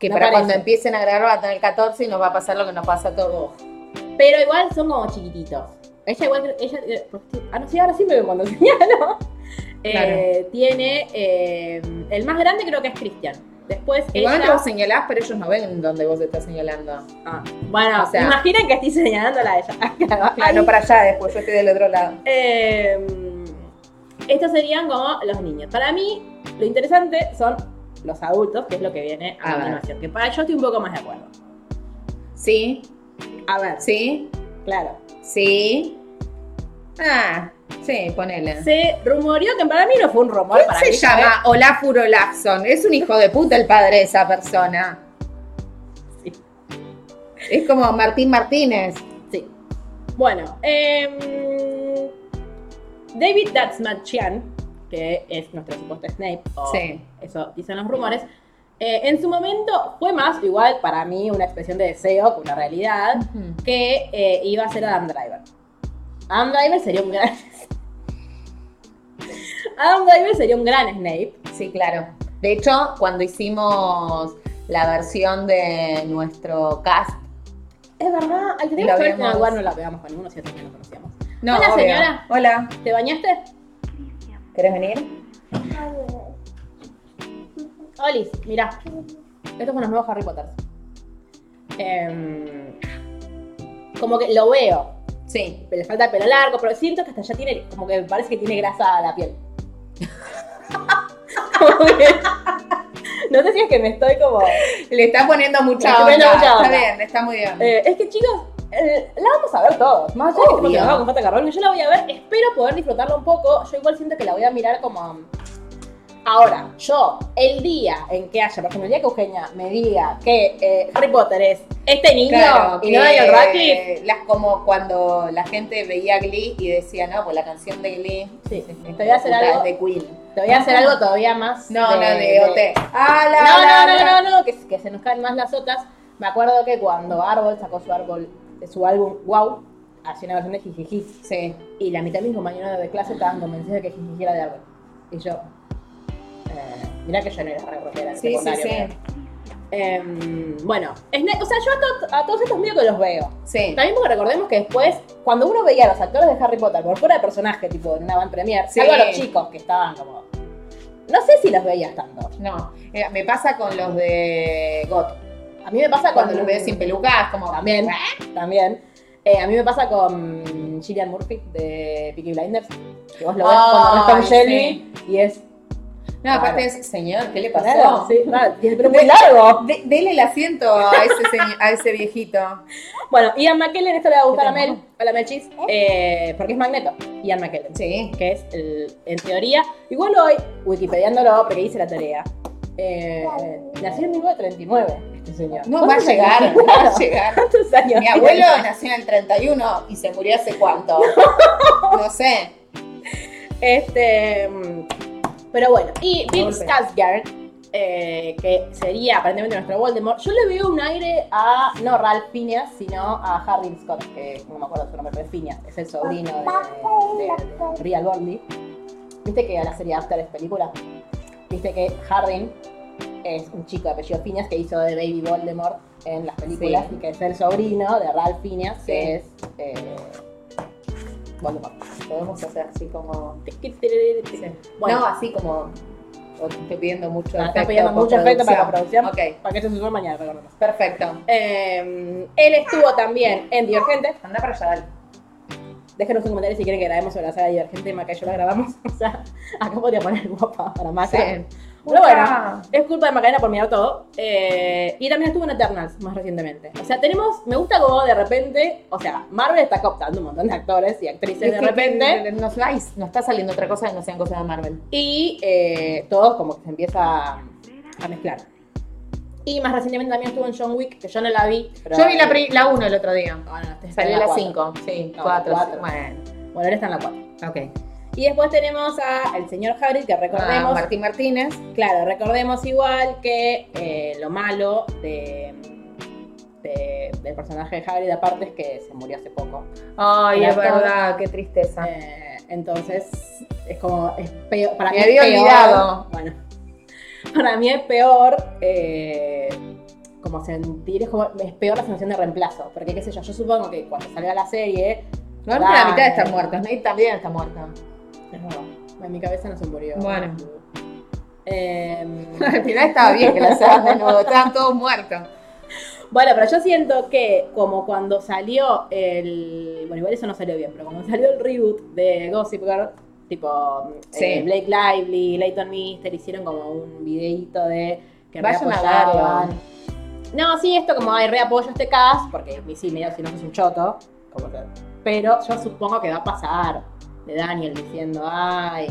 Speaker 4: Que
Speaker 2: No
Speaker 4: para
Speaker 2: parece.
Speaker 4: cuando empiecen a grabar va a tener 14 y nos va a pasar lo que nos pasa a todos.
Speaker 2: Pero igual son como chiquititos. Ella igual, ella, eh, porque- ah, no, sí, ahora sí me veo cuando señalo. Eh,
Speaker 4: Claro.
Speaker 2: Tiene, eh, el más grande creo que es Cristian. Después
Speaker 4: Igualmente
Speaker 2: ella-
Speaker 4: vos señalás, pero ellos no ven dónde vos estás señalando.
Speaker 2: Ah, bueno,
Speaker 4: O sea-
Speaker 2: imaginen que estoy señalándola a ella.
Speaker 4: Claro, Ah, no para allá después, yo estoy del otro lado.
Speaker 2: Eh, estos serían como los niños. Para mí, lo interesante son los adultos, que es lo que viene a,
Speaker 4: A ver.
Speaker 2: continuación. Que para yo estoy un poco más de acuerdo.
Speaker 4: Sí,
Speaker 2: A ver,
Speaker 4: sí,
Speaker 2: claro.
Speaker 4: sí. Ah, sí, ponele.
Speaker 2: Se rumoreó que para mí no fue un rumor.
Speaker 4: ¿Cómo
Speaker 2: para
Speaker 4: se
Speaker 2: mí,
Speaker 4: llama Olafur Olafson? Es un hijo de puta el padre de esa persona.
Speaker 2: Sí.
Speaker 4: Es como Martín Martínez.
Speaker 2: Sí. Bueno, em, David Datsmachian, que es nuestro supuesto Snape, o
Speaker 4: Sí.
Speaker 2: eso dicen los rumores, eh, en su momento fue más, igual para mí, una expresión de deseo que una realidad, que eh, iba a ser Adam Driver. Adam Driver sería un gran... Adam Driver sería un gran Snape.
Speaker 4: Sí, claro. De hecho, cuando hicimos la versión de nuestro cast,
Speaker 2: Es verdad, al
Speaker 4: Lo
Speaker 2: tener que ver
Speaker 4: habíamos-
Speaker 2: no, igual no la pegamos con ninguno, si que no conocíamos.
Speaker 4: No,
Speaker 2: Hola, señora.
Speaker 4: Hola.
Speaker 2: ¿Te bañaste?
Speaker 4: ¿Querés venir?
Speaker 2: Olis, mirá. Estos son los nuevos Harry Potter. Em, como que lo veo.
Speaker 4: Sí.
Speaker 2: Le falta el pelo largo, pero siento que hasta ya tiene. Como que me parece que tiene grasa a la piel. Como que- no sé si es que me estoy como.
Speaker 4: Le está poniendo
Speaker 2: Le
Speaker 4: mucha
Speaker 2: está
Speaker 4: onda.
Speaker 2: poniendo mucha
Speaker 4: Está
Speaker 2: onda.
Speaker 4: bien, está muy bien.
Speaker 2: Eh, es que chicos, eh, la vamos a ver todos. Más allá de que
Speaker 4: Obvio.
Speaker 2: porque la vamos con Fata Carvalho, yo la voy a ver, espero poder disfrutarla un poco. Yo igual siento que la voy a mirar como. um, Ahora, yo, el día en que haya, por ejemplo, el día que Eugenia me diga que eh, Harry Potter es este niño
Speaker 4: Claro,
Speaker 2: y
Speaker 4: que
Speaker 2: no Daniel Radcliffe.
Speaker 4: Las, como cuando la gente veía Glee y decía, no, pues la canción de Glee.
Speaker 2: Sí, te voy a hacer
Speaker 4: Puta,
Speaker 2: algo-
Speaker 4: es de Queen.
Speaker 2: Te voy a hacer algo todavía más.
Speaker 4: No, no, de OT. Ah, la,
Speaker 2: No,
Speaker 4: la,
Speaker 2: no, no,
Speaker 4: la.
Speaker 2: no, no, que, que se nos caen más las otras. Me acuerdo que cuando Árbol sacó su árbol, su álbum Wow, hacía una versión de Jijiji.
Speaker 4: Sí.
Speaker 2: Y la mitad de mis compañeros de clase estaban convencidos de que Jijiji era de árbol. Y yo, eh, mirá que yo no era re rockera en
Speaker 4: Sí, sí,
Speaker 2: secundario,
Speaker 4: sí.
Speaker 2: pero- Em, bueno, Snape- o sea, yo a, to- a todos estos medio que los veo.
Speaker 4: Sí.
Speaker 2: También porque recordemos que después, cuando uno veía a los actores de Harry Potter por fuera de personaje, tipo en una van premier,
Speaker 4: Sí.
Speaker 2: salvo a los chicos que estaban como... No sé si los veías tanto.
Speaker 4: No, eh, me pasa con los de Got.
Speaker 2: A mí me pasa
Speaker 4: Cuando
Speaker 2: cuando
Speaker 4: los veo sin pelucas, como
Speaker 2: También,
Speaker 4: Ah,
Speaker 2: también. Eh, a mí me pasa con Gillian Murphy de Peaky Blinders. Que vos lo ves
Speaker 4: Ay,
Speaker 2: cuando no es Tom
Speaker 4: sí.
Speaker 2: Shelby y es.
Speaker 4: No, aparte
Speaker 2: Claro.
Speaker 4: es, señor, ¿qué le pasó?
Speaker 2: Claro, sí, claro, tiene el pelo muy largo.
Speaker 4: De- dele el asiento a ese, señor- a ese viejito.
Speaker 2: Bueno, Ian McKellen, esto le va a gustar a
Speaker 4: ¿Qué
Speaker 2: Mel, a la Melchis, eh, porque es Magneto. Ian McKellen,
Speaker 4: Sí.
Speaker 2: que es, el- en teoría, igual hoy, wikipediándolo porque hice la tarea, eh, nació en 1939 este señor.
Speaker 4: No va a llegar,
Speaker 2: ¿Cuántos
Speaker 4: va
Speaker 2: años
Speaker 4: a
Speaker 2: tiene?
Speaker 4: llegar.
Speaker 2: ¿Cuántos años
Speaker 4: Mi abuelo
Speaker 2: tiene?
Speaker 4: nació en el 31 y se murió hace cuánto. No sé.
Speaker 2: Este. mm, Pero bueno, y Bill
Speaker 4: Golpe.
Speaker 2: Skarsgård, eh, que sería aparentemente nuestro Voldemort, yo le veo un aire a, no Ralph Phineas, sino a Harry Scott, que no me acuerdo su nombre, pero es Phineas, es el sobrino de, de- de Real Goldie. Viste que la serie After es película. Viste que Harry es un chico de apellido Phineas que hizo de Baby Voldemort en las películas
Speaker 4: Sí.
Speaker 2: y que es el sobrino de Ralph Phineas,
Speaker 4: Sí.
Speaker 2: que es eh, Voldemort.
Speaker 4: Podemos hacer así como.
Speaker 2: Bueno.
Speaker 4: No, así como. o te estoy pidiendo mucho
Speaker 2: Ah, está pidiendo mucho efecto para la producción.
Speaker 4: Ok,
Speaker 2: Para que esto se suba mañana, recordemos.
Speaker 4: perfecto.
Speaker 2: Eh, él estuvo también en Divergente.
Speaker 4: Anda para allá, dale.
Speaker 2: Déjenos un comentario si quieren que grabemos sobre la saga Divergente y Maca y yo la grabamos. O sea, acá podría poner guapa para Maca. Pero bueno, es culpa de Macarena por mirar todo. Eh, y también estuvo en Eternals más recientemente. O sea, tenemos, me gusta como de repente, o sea, Marvel está cooptando un montón de actores y actrices de repente.
Speaker 4: Nos, ay, nos está saliendo otra cosa que no sean cosas de Marvel.
Speaker 2: Y eh, todo como que se empieza a mezclar. Y más recientemente también estuvo en John Wick, que yo no la vi. pero-
Speaker 4: Yo vi la, pri- la 1 el otro día.
Speaker 2: Ah, no, este está en
Speaker 4: Salió la
Speaker 2: cuatro.
Speaker 4: 5. Sí,
Speaker 2: No,
Speaker 4: 4.
Speaker 2: cuatro.
Speaker 4: Bueno,
Speaker 2: Bueno, él está en la 4.
Speaker 4: ok.
Speaker 2: Y después tenemos a el señor Hagrid, que
Speaker 4: Ah,
Speaker 2: recordemos,
Speaker 4: Martín Martínez.
Speaker 2: claro, recordemos igual que eh, lo malo de, de- del personaje de Hagrid, aparte es que se murió hace poco.
Speaker 4: Ay,
Speaker 2: El
Speaker 4: es
Speaker 2: actor.
Speaker 4: verdad, qué tristeza.
Speaker 2: Eh, entonces, es como, es peor, para
Speaker 4: Me
Speaker 2: mí es
Speaker 4: había
Speaker 2: peor-
Speaker 4: olvidado.
Speaker 2: Bueno, para mí es peor, eh, como sentir, es, como, es peor la sensación de reemplazo, porque qué sé yo, yo supongo que cuando salga la serie,
Speaker 4: No, no, la
Speaker 2: Dale.
Speaker 4: mitad está muerta. Snape también está muerta.
Speaker 2: en mi cabeza no se murió.
Speaker 4: Bueno.
Speaker 2: Em,
Speaker 4: Al final estaba bien que la sacaran de nuevo, estaban todos muertos.
Speaker 2: Bueno, pero yo siento que como cuando salió el... Bueno, igual eso no salió bien, pero cuando salió el reboot de Gossip Girl, tipo
Speaker 4: Sí.
Speaker 2: eh, Blake Lively, Leighton Mister, hicieron como un videíto de que
Speaker 4: Vayan a
Speaker 2: reapoyaban.
Speaker 4: verlo.
Speaker 2: No, sí, esto como hay reapoyo a este cast, porque sí, medio si no sos un choto, como que- Pero yo supongo que va a pasar de Daniel diciendo, ay...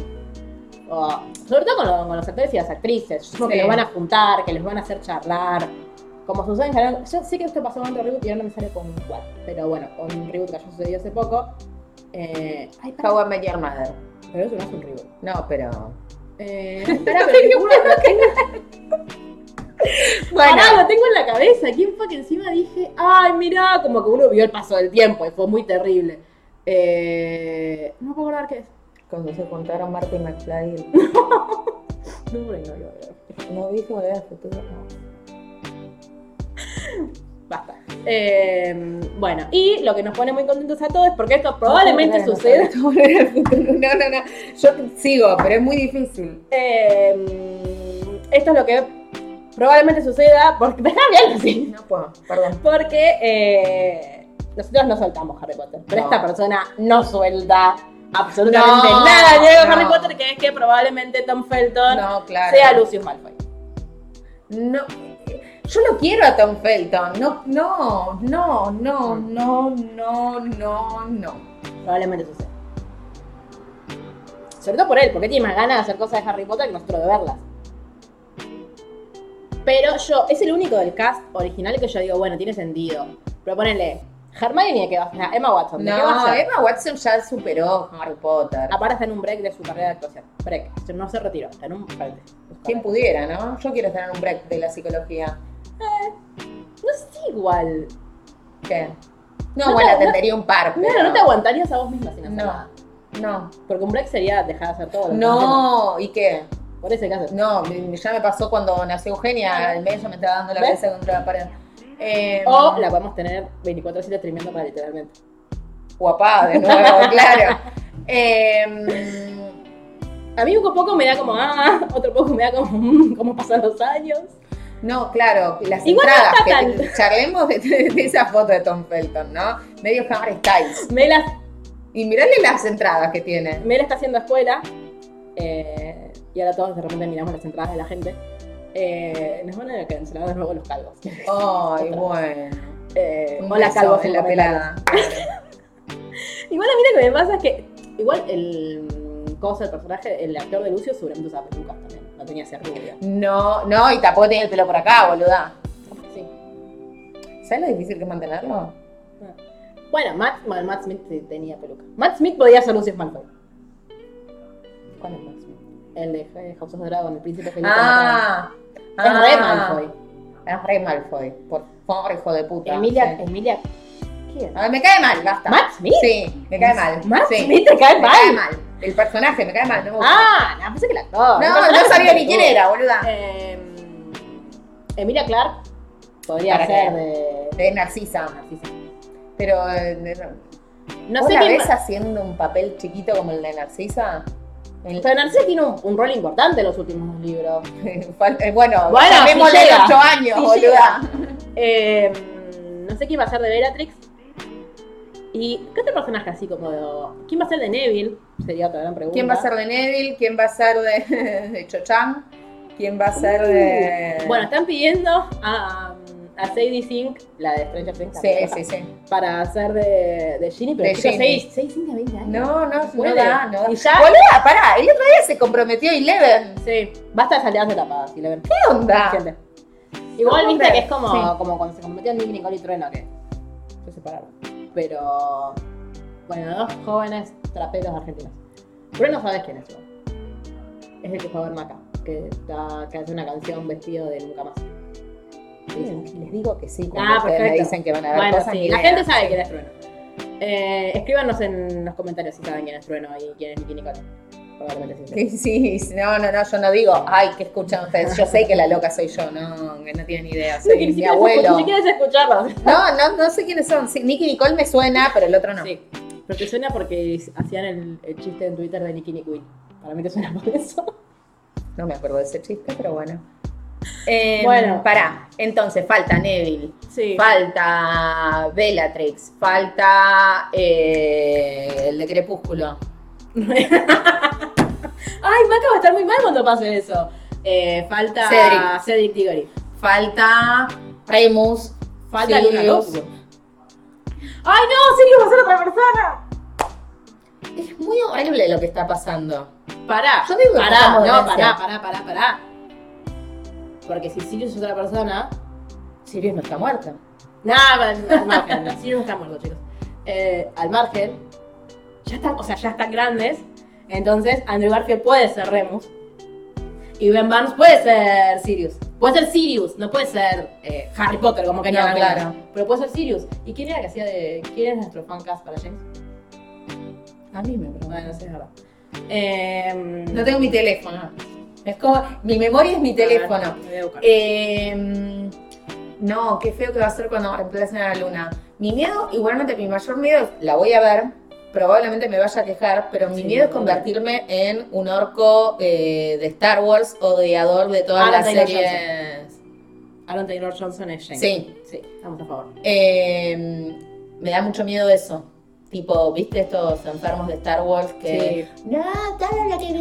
Speaker 2: o- sobre todo con, lo- con los actores y las actrices, yo supongo
Speaker 4: Sí.
Speaker 2: que los van a juntar, que les van a hacer charlar. Como sucede en general, yo sé que esto pasó con otro reboot y ahora no me sale con cuál, pero bueno, con un reboot que ya sucedió hace poco. Eh, ay, pará,
Speaker 4: How I Met Your Mother.
Speaker 2: pero eso no es un reboot.
Speaker 4: No, pero.
Speaker 2: Eh, pará, pero te juro, lo tengo,
Speaker 4: Bueno,
Speaker 2: pará, lo tengo en la cabeza. ¿Quién fue que encima dije, ay, mirá, como que uno vio el paso del tiempo y fue muy terrible? Eh, no puedo acordar qué es.
Speaker 4: cuando se juntaron Marty y McFly,
Speaker 2: No, no, no, no, no.
Speaker 4: no viste volver al futuro. No.
Speaker 2: Basta. Eh, bueno, y lo que nos pone muy contentos a todos es porque esto probablemente
Speaker 4: No, no, no,
Speaker 2: suceda.
Speaker 4: No, no, no, no. Yo sigo, pero es muy difícil.
Speaker 2: Eh, esto es lo que probablemente suceda porque me están viendo así.
Speaker 4: No puedo, perdón.
Speaker 2: Porque eh, nosotros no soltamos Harry Potter, pero
Speaker 4: No.
Speaker 2: esta persona no suelta absolutamente
Speaker 4: No,
Speaker 2: nada de Harry
Speaker 4: no.
Speaker 2: Potter, que es que probablemente Tom Felton
Speaker 4: No, claro.
Speaker 2: sea Lucius Malfoy.
Speaker 4: No. Yo no quiero a Tom Felton. No, no, no, no, no, no, no, no.
Speaker 2: Probablemente suceda. Sobre todo por él, porque tiene más ganas de hacer cosas de Harry Potter que nosotros de verlas. Pero yo, es el único del cast original que yo digo, bueno, tiene sentido. Pero ponele, Hermione, ¿de qué va a hacer? Emma Watson, ¿de qué va a Ah,
Speaker 4: No,
Speaker 2: hacer?
Speaker 4: Emma Watson ya superó a Harry Potter.
Speaker 2: Aparte está en un break de su carrera de actuación. Break, no se retiró, está en un break.
Speaker 4: Quien pudiera, ¿no? Yo quiero estar en un break de la psicología.
Speaker 2: Eh, No es igual.
Speaker 4: ¿Qué? No,
Speaker 2: No,
Speaker 4: bueno,
Speaker 2: no,
Speaker 4: atendería un par.
Speaker 2: Claro,
Speaker 4: Ah, pero-
Speaker 2: no te aguantarías a vos misma sin hacer nada.
Speaker 4: No, no.
Speaker 2: Porque un break sería dejar de hacer todo. lo que estás
Speaker 4: No, ¿y qué?
Speaker 2: haciendo. Por ese caso.
Speaker 4: No, me- ya me pasó cuando nació Eugenia, el medio me estaba dando la
Speaker 2: ¿Ves?
Speaker 4: cabeza contra la pared. Eh,
Speaker 2: O la podemos tener 24-7 streameando para literalmente.
Speaker 4: guapá, de nuevo, claro. Eh,
Speaker 2: A mí un poco me da como, ah, otro poco me da como, mm, cómo pasan los años.
Speaker 4: no, claro, las
Speaker 2: Igual no
Speaker 4: entradas,
Speaker 2: está
Speaker 4: que charlemos de, de esa foto de Tom Felton, ¿no? Medio Hammer Styles.
Speaker 2: Mela,
Speaker 4: Y mirale las entradas que tiene.
Speaker 2: Mela está haciendo escuela. eh, y ahora todos de repente miramos las entradas de la gente. Eh, nos van a cancelar de nuevo los calvos.
Speaker 4: Ay, bueno.
Speaker 2: Eh,
Speaker 4: Un
Speaker 2: hola,
Speaker 4: beso
Speaker 2: calvos
Speaker 4: en la pelada.
Speaker 2: Igual a mí lo que me pasa es que, igual el mm, cosa, el personaje, el actor de Lucio seguramente usaba pelucas también. No tenía que ser rubia.
Speaker 4: No, no, y tampoco tiene el pelo por acá, boluda.
Speaker 2: Sí.
Speaker 4: ¿Sabes lo difícil que es mantenerlo?
Speaker 2: Bueno, Matt, bueno, Matt Smith sí tenía peluca. Matt Smith podía ser Lucius Malfoy.
Speaker 4: ¿Cuál es Maxi?
Speaker 2: El de House of the Dragon, el príncipe feliz.
Speaker 4: Ah,
Speaker 2: es re
Speaker 4: ah.
Speaker 2: Malfoy.
Speaker 4: Es re Malfoy, por favor, hijo de puta.
Speaker 2: Emilia,
Speaker 4: Sí.
Speaker 2: Emilia, ¿quién?
Speaker 4: A ver, me cae mal, basta.
Speaker 2: ¿Matt Smith?
Speaker 4: Sí, me cae mal.
Speaker 2: ¿Matt
Speaker 4: sí.
Speaker 2: Smith te cae
Speaker 4: Me
Speaker 2: mal?
Speaker 4: cae mal. El personaje me cae mal, no me gusta.
Speaker 2: Ah, no, pensé que la actor. El
Speaker 4: No,
Speaker 2: personaje
Speaker 4: no sabía
Speaker 2: es
Speaker 4: ni quién
Speaker 2: pelotudo.
Speaker 4: era, boluda.
Speaker 2: Eh, Emilia Clark podría
Speaker 4: Para
Speaker 2: ser
Speaker 4: que-
Speaker 2: de.
Speaker 4: De Narcisa. Pero, eh, no
Speaker 2: No
Speaker 4: ¿vos
Speaker 2: sé
Speaker 4: la
Speaker 2: quién.
Speaker 4: ves haciendo un papel chiquito como el de Narcisa? El-
Speaker 2: Pero Narcisa tiene un, un rol importante en los últimos libros.
Speaker 4: Fal- eh, bueno,
Speaker 2: Bueno,
Speaker 4: sabemos
Speaker 2: si
Speaker 4: de
Speaker 2: llega.
Speaker 4: 8 años,
Speaker 2: Si
Speaker 4: boluda.
Speaker 2: Eh, no sé quién va a ser de Bellatrix. ¿Y qué otro personaje así como de- ¿Quién va a ser de Neville? Sería otra gran pregunta.
Speaker 4: ¿Quién va a ser de Neville? ¿Quién va a ser de, de Chochang? ¿Quién va a ser de.?
Speaker 2: Uh, Bueno, están pidiendo a, a Sadie Sink, la de Stranger Things.
Speaker 4: Sí,
Speaker 2: también,
Speaker 4: sí, sí.
Speaker 2: Para hacer de, de Ginny, pero
Speaker 4: De
Speaker 2: chicos,
Speaker 4: Ginny.
Speaker 2: Sadie- Sadie Sink de 20 años.
Speaker 4: No, no, no
Speaker 2: Puede.
Speaker 4: da, no da.
Speaker 2: Y ya-
Speaker 4: Boluda, pará, el otro día se comprometió Eleven.
Speaker 2: Sí, basta de saltearse de tapadas, si le ven.
Speaker 4: ¿Qué onda?
Speaker 2: Gente. Igual
Speaker 4: No,
Speaker 2: viste
Speaker 4: hombre,
Speaker 2: que es como,
Speaker 4: sí.
Speaker 2: como cuando se comprometió Nick Nicole y Trueno, que se separaron. Pero, bueno, dos jóvenes traperos argentinos.
Speaker 4: Pero no sabes quién es. ¿no? Es el que fue a ver Maca, que, está, que hace una canción vestido de nunca más. Y dicen, Les digo que sí, cuando
Speaker 2: Ah,
Speaker 4: ustedes me
Speaker 2: perfecto.
Speaker 4: dicen que van a ver
Speaker 2: Bueno,
Speaker 4: cosas.
Speaker 2: sí,
Speaker 4: ni
Speaker 2: la
Speaker 4: idea.
Speaker 2: gente sabe quién es Trueno. Eh, escríbanos en los comentarios si saben quién es Trueno y quién es Nicky Nicole. Probablemente sí.
Speaker 4: Sí, sí, sí, no, no, no, yo no digo, ay, que escuchan ustedes? Yo sé que la loca soy yo, no, que no tienen idea, soy
Speaker 2: Que ni
Speaker 4: mi
Speaker 2: siquiera
Speaker 4: abuelo.
Speaker 2: ni siquiera es escucharlos.
Speaker 4: No, no, no sé quiénes son. Sí, Nicky Nicole me suena, pero el otro no.
Speaker 2: Sí. Pero te suena porque hacían el, el chiste en Twitter de Nicky Nicole. Para mí te suena por eso.
Speaker 4: No me acuerdo de ese chiste, pero bueno. Eh,
Speaker 2: Bueno.
Speaker 4: pará. Entonces, falta Neville,
Speaker 2: Sí.
Speaker 4: falta Bellatrix, falta eh, el de Crepúsculo.
Speaker 2: Ay, Maca va a estar muy mal cuando pase eso. Eh, falta
Speaker 4: Cedric.
Speaker 2: Cedric Diggory.
Speaker 4: Falta Remus.
Speaker 2: Falta
Speaker 4: Sirius.
Speaker 2: Luna Lovegood. ¡Ay, no! Sirius va a ser otra persona!
Speaker 4: Es muy horrible lo que está pasando.
Speaker 2: Pará.
Speaker 4: Yo digo que
Speaker 2: Pará,
Speaker 4: pasamos
Speaker 2: no,
Speaker 4: demencia.
Speaker 2: pará, pará, pará, pará. Porque si Sirius es otra persona.
Speaker 4: Sirius no está muerto.
Speaker 2: Nada, al margen. Sirius está muerto, chicos. Eh, al margen. Ya están, o sea, ya están grandes. Entonces, Andrew Garfield puede ser Remus. Y Ben Barnes puede ser Sirius. Puede ser Sirius, no puede ser eh, Harry Potter, como quería
Speaker 4: No,
Speaker 2: la
Speaker 4: claro.
Speaker 2: nena. Pero puede ser Sirius. ¿Y quién era que hacía de. ¿Quién era nuestro fancast para James?
Speaker 4: A mí me preocupa.
Speaker 2: Bueno, no sé, es verdad. Eh,
Speaker 4: No tengo mi teléfono. Es como, mi memoria es mi teléfono.
Speaker 2: Me voy a buscar.
Speaker 4: Eh, no, qué feo que va a ser cuando reemplacen a la luna. Mi miedo, igualmente mi mayor miedo es, la voy a ver, probablemente me vaya a quejar, pero mi
Speaker 2: Sí,
Speaker 4: miedo es
Speaker 2: bueno.
Speaker 4: convertirme en un orco eh, de Star Wars odiador de todas
Speaker 2: Alan
Speaker 4: las
Speaker 2: Taylor
Speaker 4: series.
Speaker 2: Aaron Taylor Johnson es James.
Speaker 4: Sí.
Speaker 2: Sí, estamos a favor.
Speaker 4: Eh, me da mucho miedo eso. Tipo, ¿viste estos enfermos de Star Wars que... No, toda la que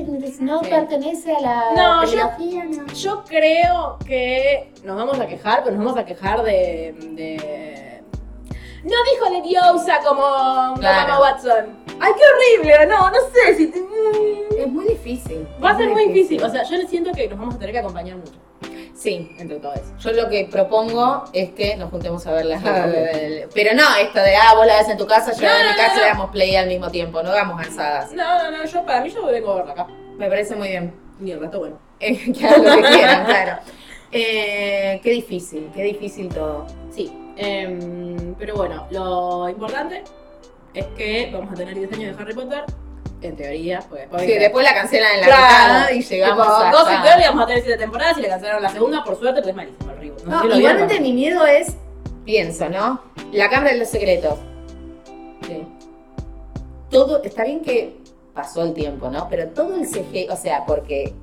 Speaker 4: no
Speaker 2: Sí.
Speaker 4: pertenece a la
Speaker 2: No, yo-
Speaker 4: trilogía, no.
Speaker 2: Yo creo que nos vamos a quejar, pero nos vamos a quejar de. de- No dijo Leviosa como
Speaker 4: Claro.
Speaker 2: como Watson. ¡Ay, qué horrible! No, no sé si. te- mm.
Speaker 4: Es muy difícil.
Speaker 2: Va a ser muy difícil.
Speaker 4: O
Speaker 2: O sea, yo le siento que nos vamos a tener que acompañar mucho
Speaker 4: sea, sí.
Speaker 2: entre todo eso.
Speaker 4: Yo lo que propongo es que nos juntemos a ver las.
Speaker 2: Sí, obvio.
Speaker 4: pero no, esto de, ah, vos la ves en tu casa, yo
Speaker 2: No,
Speaker 4: la veo en
Speaker 2: no,
Speaker 4: mi casa
Speaker 2: no,
Speaker 4: y
Speaker 2: no.
Speaker 4: damos play al mismo tiempo. No hagamos alzadas.
Speaker 2: No, no, no, yo para mí yo vengo a verla acá.
Speaker 4: Me parece muy bien.
Speaker 2: Y el resto, bueno.
Speaker 4: Eh, que hagan lo que quieran, claro. Eh, qué difícil, qué difícil todo.
Speaker 2: Sí. em, pero bueno, lo importante es que vamos a tener 10 años de Harry Potter, en teoría, porque después.
Speaker 4: Sí, después la cancelan en la
Speaker 2: Claro.
Speaker 4: mitad y llegamos
Speaker 2: Tipo,
Speaker 4: a.
Speaker 2: dos en teoría vamos a tener siete temporadas y le cancelaron la segunda, por suerte, porque es malísimo el reboot.
Speaker 4: No,
Speaker 2: sé si lo vieron,
Speaker 4: igualmente
Speaker 2: pero-
Speaker 4: mi miedo es, pienso, ¿no? La Cámara de los Secretos.
Speaker 2: Sí.
Speaker 4: todo, está bien que pasó el tiempo, ¿no? Pero todo el CG, o sea, porque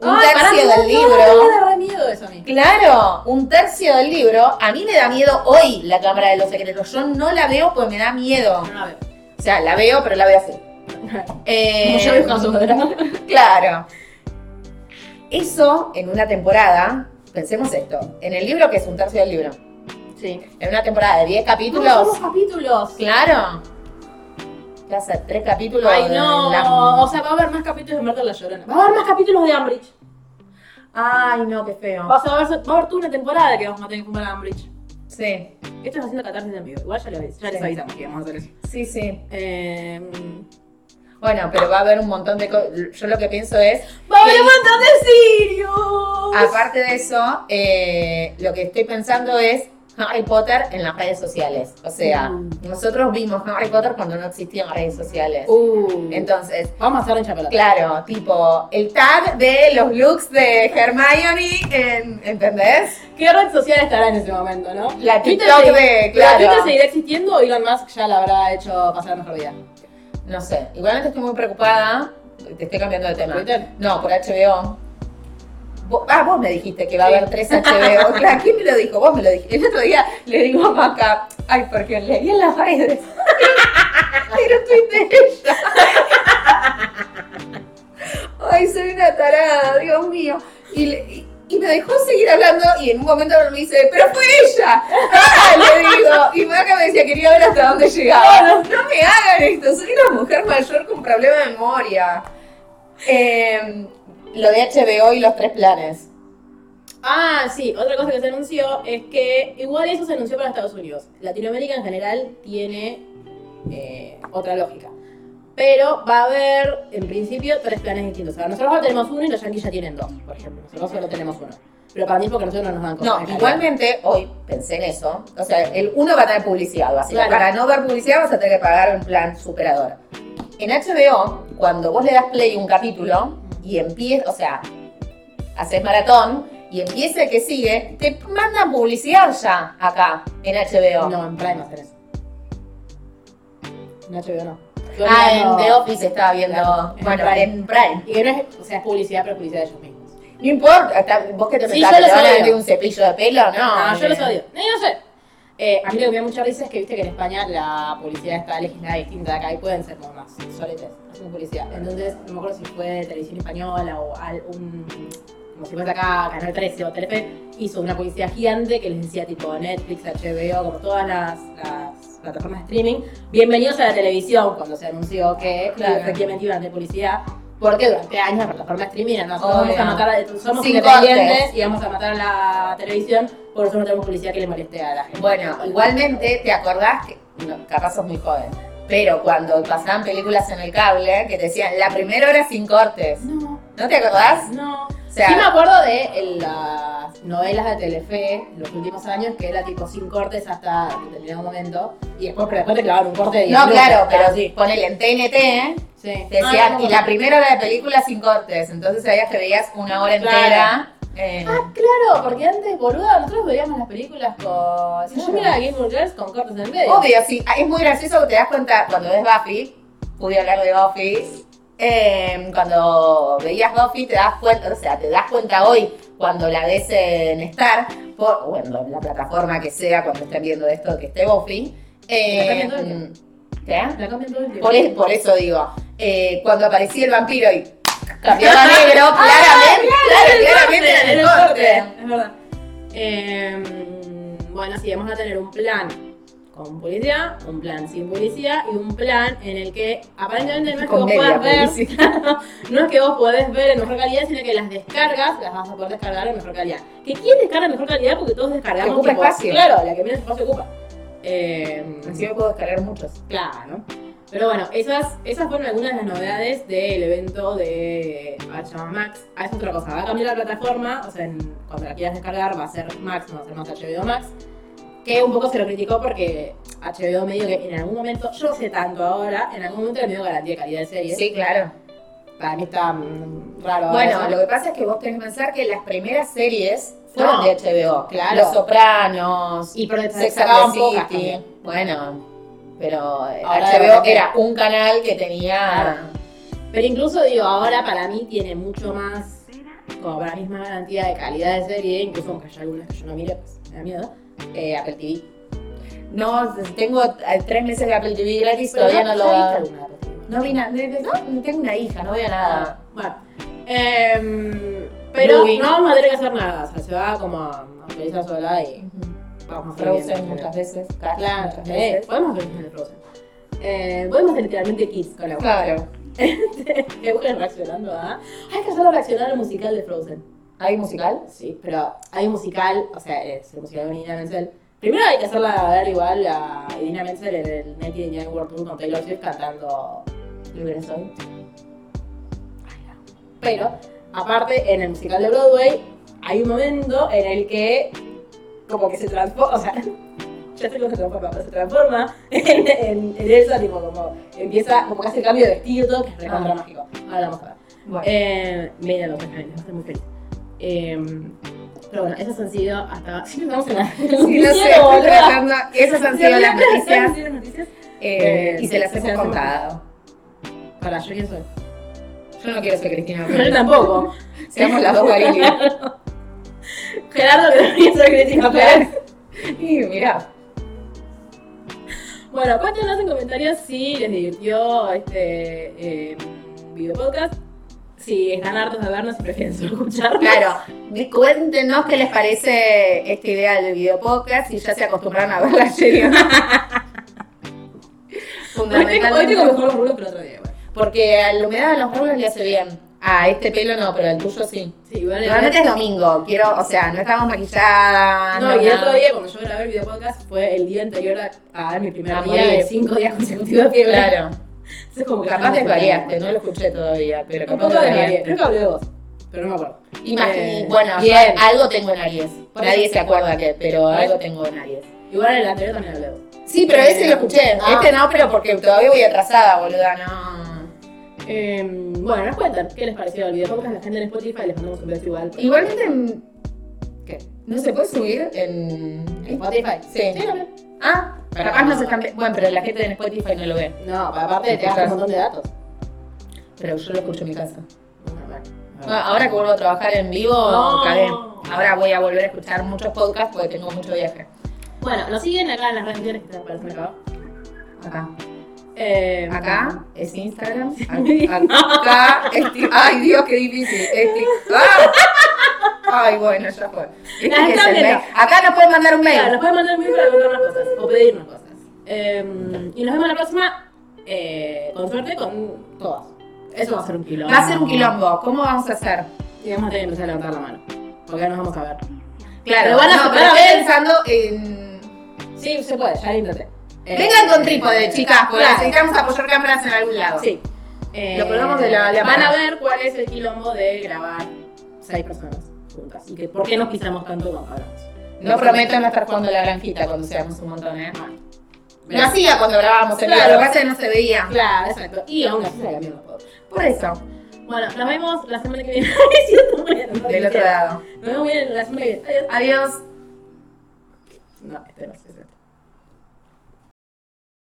Speaker 4: un
Speaker 2: Ay, pará,
Speaker 4: tercio
Speaker 2: no,
Speaker 4: del
Speaker 2: no,
Speaker 4: libro,
Speaker 2: no, me da re miedo eso a mí.
Speaker 4: claro, un tercio del libro, a mí me da miedo hoy la Cámara de los Secretos. Yo no la veo porque me da miedo.
Speaker 2: No, a ver.
Speaker 4: O sea, la veo, pero la veo así. Eh,
Speaker 2: Como yo vi con su drama.
Speaker 4: Claro. Eso en una temporada, pensemos esto, en el libro que es un tercio del libro,
Speaker 2: Sí.
Speaker 4: en una temporada de 10
Speaker 2: No, somos
Speaker 4: capítulos,
Speaker 2: capítulos.
Speaker 4: claro. ¿Qué hace? ¿Tres capítulos?
Speaker 2: Ay,
Speaker 4: de
Speaker 2: no.
Speaker 4: la-
Speaker 2: O sea, va a haber más capítulos de Marta la Llorona. Va a haber más capítulos de Ambridge.
Speaker 4: Ay, no, qué feo.
Speaker 2: O sea, va a haber, va a haber toda una temporada que vamos a tener que fumar a Ambridge.
Speaker 4: Sí,
Speaker 2: Esto es haciendo catarsis en vivo. Igual ya, lo, ya les
Speaker 4: Sí. Em,
Speaker 2: avisamos que vamos a hacer eso.
Speaker 4: sí, sí.
Speaker 2: Eh,
Speaker 4: Bueno, pero va a haber un montón de cosas. Yo lo que pienso es,
Speaker 2: ¡Va a haber un montón de Sirius!
Speaker 4: aparte de eso, eh, lo que estoy pensando es Harry Potter en las redes sociales. O sea,
Speaker 2: Mm.
Speaker 4: nosotros vimos Harry Potter cuando no existían redes sociales.
Speaker 2: Uh,
Speaker 4: Entonces,
Speaker 2: vamos a hacer en Chapelota.
Speaker 4: claro, tipo, el tag de los looks de Hermione, en- ¿entendés?
Speaker 2: ¿Qué red social estará en ese momento, no?
Speaker 4: La
Speaker 2: Twitter
Speaker 4: TikTok
Speaker 2: segui-
Speaker 4: de,
Speaker 2: ¿Pero
Speaker 4: claro.
Speaker 2: Twitter seguirá existiendo o Elon Musk ya la habrá hecho pasar mejor vida?
Speaker 4: No sé, igualmente estoy muy preocupada. Te estoy cambiando de tema.
Speaker 2: ¿Twitter?
Speaker 4: No, por HBO. Vo- ah, vos me dijiste que va a
Speaker 2: Sí.
Speaker 4: haber tres HBO. Claro, ¿quién me lo dijo? Vos me lo dijiste. El otro día le digo a Maca, ay, porque leí en las redes. Pero tuiteé ella. ay, soy una tarada, Dios mío. Y, le- y- y me dejó seguir hablando y en un momento me dice, pero fue ella. Ah, le digo. Y Maca me decía, quería ver hasta dónde llegaba. No, me hagan esto, soy una mujer mayor con problema de memoria. Eh, lo de HBO y los tres planes.
Speaker 2: Ah, sí, otra cosa que se anunció es que igual eso se anunció para Estados Unidos. Latinoamérica en general tiene eh, otra lógica. Pero va a haber, en principio, tres planes distintos. O sea, nosotros ahora tenemos uno y los yankees ya tienen dos, por ejemplo. Nosotros solo tenemos uno. Pero para mí es porque nosotros no nos dan
Speaker 4: No,
Speaker 2: cosas de calidad.
Speaker 4: igualmente hoy pensé en eso. O sea, el uno va a tener publicidad, básicamente.
Speaker 2: Claro.
Speaker 4: Para no ver publicidad vas a tener que pagar un plan superador. En HBO, cuando vos le das play un capítulo y empieza, o sea, haces maratón y empieza el que sigue, te mandan publicidad ya acá en HBO.
Speaker 2: No, en Prime hacen eso. En HBO no. Yo
Speaker 4: Ah, en
Speaker 2: mirando-
Speaker 4: The Office estaba viendo.
Speaker 2: Claro, en
Speaker 4: bueno,
Speaker 2: Prime.
Speaker 4: en Prime.
Speaker 2: Y que no es, o sea, es publicidad, pero es publicidad de ellos mismos.
Speaker 4: No importa, está- vos que te
Speaker 2: Sí,
Speaker 4: pensás
Speaker 2: yo
Speaker 4: que
Speaker 2: los
Speaker 4: te van a
Speaker 2: odio.
Speaker 4: meter un cepillo de pelo, no.
Speaker 2: No, yo los
Speaker 4: nena.
Speaker 2: odio. No, yo no sé. Eh, a mí lo que me da mucha risa es que viste que en España la publicidad está legislada distinta de acá y pueden ser como más soletes hacen publicidad. Entonces, no me acuerdo si fue Televisión Española o al- un. como si fuese acá Canal 13 o Telefe, hizo una publicidad gigante que les decía tipo Netflix, HBO, como todas las, las plataformas de streaming, bienvenidos a la televisión cuando se anunció que
Speaker 4: Claro.
Speaker 2: efectivamente iban de publicidad. Porque durante años la plataforma de streaming, no,
Speaker 4: Obvio.
Speaker 2: vamos a matar a- somos
Speaker 4: Sin
Speaker 2: independientes
Speaker 4: cortes.
Speaker 2: y vamos a matar a la televisión, por eso no tenemos policía que le moleste a la gente.
Speaker 4: Bueno, igualmente te acordás que, no, capaz sos muy joven, pero cuando pasaban películas en el cable que te decían la primera hora sin cortes,
Speaker 2: No,
Speaker 4: ¿no te acordás?
Speaker 2: no.
Speaker 4: O
Speaker 2: Sí me
Speaker 4: sea,
Speaker 2: acuerdo de eh, las novelas de Telefe, los últimos años, que era tipo sin cortes hasta determinado momento, y después, pero después te clavaban un corte de 10
Speaker 4: no,
Speaker 2: minutos.
Speaker 4: claro, pero
Speaker 2: Ah,
Speaker 4: sí, ponele en TNT,
Speaker 2: sí.
Speaker 4: te decían,
Speaker 2: Ah, no,
Speaker 4: y la primera hora de película sin cortes, entonces sabías que veías una hora
Speaker 2: Claro. Ah,
Speaker 4: entera. eh,
Speaker 2: Claro, porque antes, boluda, nosotros veíamos las películas con... Si yo miraba Game of Girls con cortes en el medio.
Speaker 4: Obvio, sí. Ah, Es muy gracioso que te das cuenta cuando ves Buffy, pude hablar de Buffy, eh, cuando veías Buffy te das cuenta, o sea, te das cuenta hoy cuando la ves en Star, por, bueno, la plataforma que sea cuando estén viendo esto que esté Buffy. eh,
Speaker 2: Te la cambian
Speaker 4: ¿qué?
Speaker 2: La cambian todo el tiempo.
Speaker 4: Por, es- por eso digo, eh, cuando aparecía el vampiro y cambiaba a negro, claramente, Ah, claro, claramente era en el corte.
Speaker 2: Es verdad. Eh, bueno, sí, vamos a tener un plan con publicidad, un plan sin publicidad y un plan en el que aparentemente no es que
Speaker 4: Con
Speaker 2: vos
Speaker 4: media
Speaker 2: puedas ver,
Speaker 4: publicidad.
Speaker 2: no es que vos podés ver en mejor calidad, sino que las descargas las vas a poder descargar en mejor calidad. ¿Que quién descarga en mejor calidad? Porque todos descargamos.
Speaker 4: Que ocupa
Speaker 2: tipo,
Speaker 4: espacio.
Speaker 2: Claro, la que menos espacio ocupa. Eh,
Speaker 4: Así me puedo descargar muchos.
Speaker 2: Claro. Pero bueno, esas, esas fueron algunas de las novedades del evento de Pachamama Max. Ah, es otra cosa, va a cambiar la plataforma, o sea, en- cuando la quieras descargar va a ser Max, no va a ser más HBO Max. Que un poco se lo criticó porque HBO medio que en algún momento, yo no sé tanto ahora, en algún momento le medio garantía de calidad de serie.
Speaker 4: Sí, claro.
Speaker 2: ¿eh? Para mí está mm, raro.
Speaker 4: Bueno,
Speaker 2: ahora.
Speaker 4: lo que pasa es que vos tenés que pensar que las primeras series fueron
Speaker 2: No.
Speaker 4: de HBO.
Speaker 2: Claro.
Speaker 4: Los Sopranos,
Speaker 2: Y pero se
Speaker 4: Sex and
Speaker 2: sacaban
Speaker 4: the
Speaker 2: pocas
Speaker 4: City.
Speaker 2: también.
Speaker 4: Bueno, pero eh,
Speaker 2: Ahora de
Speaker 4: HBO
Speaker 2: repente- Ah.
Speaker 4: era un canal que tenía.
Speaker 2: Pero incluso digo, ahora para mí tiene mucho más, como para mí es más garantía de calidad de serie, incluso aunque haya algunas que yo no mire, pues me da miedo, eh, Apple TV.
Speaker 4: No, tengo eh, tres meses de Apple TV gratis,
Speaker 2: Pero
Speaker 4: todavía
Speaker 2: no- ya
Speaker 4: no
Speaker 2: viste
Speaker 4: lo.
Speaker 2: alguna de Apple TV.
Speaker 4: No vi nada. No, tengo una hija, no veo nada.
Speaker 2: Bueno, em, pero
Speaker 4: Movie.
Speaker 2: no vamos a tener que hacer nada, o sea, se va como a actualizar sola y vamos a
Speaker 4: Frozen
Speaker 2: seguir viendo.
Speaker 4: muchas veces. Cats
Speaker 2: Claro,
Speaker 4: muchas
Speaker 2: eh,
Speaker 4: veces.
Speaker 2: podemos ver de Frozen. Eh, podemos hacer literalmente Kids con la voz.
Speaker 4: Claro.
Speaker 2: Que busquen reaccionando a. Hay que hacerlo reaccionar al musical de Frozen.
Speaker 4: ¿Hay musical?
Speaker 2: Sí, pero hay un musical, o sea, eh, es el musical de Idina Menzel. Primero hay que hacerla ver igual a Idina Menzel en el 1999 World Tour con Taylor Swift cantando Libre Soy. Ay, la amo. Pero, aparte, en el musical de Broadway hay un momento en el que como que se transforma, o sea, ya sé cómo se transforma, pero se transforma en, en, en Elsa, tipo como empieza, como que hace el cambio de vestido, todo, que es recontra
Speaker 4: Ah.
Speaker 2: mágico. Ahora lo vamos a ver.
Speaker 4: Bueno.
Speaker 2: Eh, mira, los dejaré, estoy muy feliz. Eh, pero bueno, esas han sido hasta. Siempre estamos en la.
Speaker 4: Sí, no sé, estoy tratando. Esas han sido las noticias
Speaker 2: noticias.
Speaker 4: eh,
Speaker 2: Eh,
Speaker 4: y se las
Speaker 2: se
Speaker 4: hemos
Speaker 2: las hemos
Speaker 4: contado.
Speaker 2: Para, yo quién soy.
Speaker 4: Yo no quiero ser Cristina.
Speaker 2: No, yo tampoco.
Speaker 4: Seamos las dos Barili.
Speaker 2: Gerardo, que no quiere ser Cristina Pérez.
Speaker 4: y mirá.
Speaker 2: Bueno, cuéntenos en comentarios si les divirtió este eh, video podcast. Si están hartos de vernos y prefieren solo escucharnos.
Speaker 4: Claro, cuéntenos qué les parece esta idea del videopodcast y ya se acostumbraron a verla serio.
Speaker 2: Hoy tengo, hoy tengo
Speaker 4: Fundamentalmente.
Speaker 2: mejor rulos que el otro día. Bueno.
Speaker 4: Porque a la humedad de los rulos le hace bien. A este pelo no, pero al tuyo sí.
Speaker 2: Sí, bueno,
Speaker 4: Normalmente es domingo, quiero, o sea, no estamos maquilladas.
Speaker 2: No, y el
Speaker 4: nada.
Speaker 2: otro día cuando yo grabé el video podcast fue el día anterior a, a mi primer
Speaker 4: A
Speaker 2: día
Speaker 4: morir.
Speaker 2: de cinco días consecutivos de fiebre.
Speaker 4: Claro.
Speaker 2: Se Es como que
Speaker 4: Capaz desvariaste, no lo escuché todavía, pero
Speaker 2: Un
Speaker 4: capaz
Speaker 2: poco de
Speaker 4: desvariaste.
Speaker 2: María. Creo que hablé de vos, pero no me acuerdo.
Speaker 4: Imagi-
Speaker 2: Eh,
Speaker 4: bueno, yo
Speaker 2: bien.
Speaker 4: algo tengo en Aries.
Speaker 2: Por
Speaker 4: Nadie
Speaker 2: eso.
Speaker 4: se acuerda que, pero algo tengo en Aries.
Speaker 2: Igual en el anterior también hablé de vos.
Speaker 4: Sí,
Speaker 5: pero ese lo escuché. Este
Speaker 4: no, pero porque todavía voy atrasada, boluda, no.
Speaker 2: Eh, bueno, nos cuentan qué les pareció el video. Podcast, la gente en Spotify les mandamos un beso igual.
Speaker 4: Igualmente, en-
Speaker 5: ¿No se puede subir?
Speaker 4: en, en
Speaker 5: Spotify.
Speaker 4: Sí.
Speaker 2: Sí, hablé.
Speaker 4: Ah, capaz no se están. ve- Bueno, pero la gente en Spotify no lo ve.
Speaker 2: No, aparte te das un montón de datos.
Speaker 4: Pero yo lo escucho en mi casa.
Speaker 2: Ah,
Speaker 4: Ah, Ahora que vuelvo a trabajar en vivo,
Speaker 2: No.
Speaker 4: cagué. Ahora voy a volver a escuchar muchos podcasts porque tengo mucho viaje.
Speaker 2: Bueno, nos siguen acá en las redes sociales que están apareciendo acá. abajo.
Speaker 4: Acá.
Speaker 2: Eh,
Speaker 4: Acá es Instagram.
Speaker 5: Acá, esti- ay Dios, qué difícil. Esti- ¡Ah! Ay, bueno, ya fue.
Speaker 4: Este
Speaker 2: Ah,
Speaker 4: es
Speaker 2: está
Speaker 4: el
Speaker 2: bien.
Speaker 4: mail. Acá nos pueden mandar un
Speaker 2: Claro,
Speaker 4: mail.
Speaker 2: nos pueden mandar un mail para contarnos cosas o pedirnos cosas. Eh, y nos vemos la próxima, eh, con suerte, con todas. Eso va a ser un quilombo.
Speaker 4: Va a ser un quilombo. ¿Cómo vamos a hacer?
Speaker 2: Y vamos a tener que empezar a levantar la mano. Porque ahora nos vamos a ver.
Speaker 4: Claro,
Speaker 2: Pero van a-
Speaker 4: no,
Speaker 2: van a
Speaker 4: pero
Speaker 2: ver.
Speaker 4: estoy pensando en.
Speaker 2: Sí, se puede, ya intenté. Eh,
Speaker 4: Vengan con trípode, chicas, porque
Speaker 2: claro.
Speaker 4: necesitamos apoyar cámaras en algún lado.
Speaker 2: Sí.
Speaker 4: Lo colgamos de la- la
Speaker 2: Eh, Van
Speaker 4: mano.
Speaker 2: a ver cuál es el quilombo de grabar seis personas juntas. Y que por qué nos pisamos tanto cuando hablamos.
Speaker 4: No prometo no estar jugando a la granjita cuando seamos un montón, ¿eh? Lo hacía cuando grabábamos el
Speaker 2: Claro.
Speaker 4: video, lo que pasa es que no se veía.
Speaker 2: Claro, exacto. Y aún así se cambian los juegos.
Speaker 4: Por eso,
Speaker 2: Bueno, nos vemos la semana que viene. Ay, sí, estoy muriendo.
Speaker 4: del otro lado.
Speaker 2: Nos vemos bien la semana que viene. Adiós.
Speaker 4: Adiós.
Speaker 2: No, este no es este.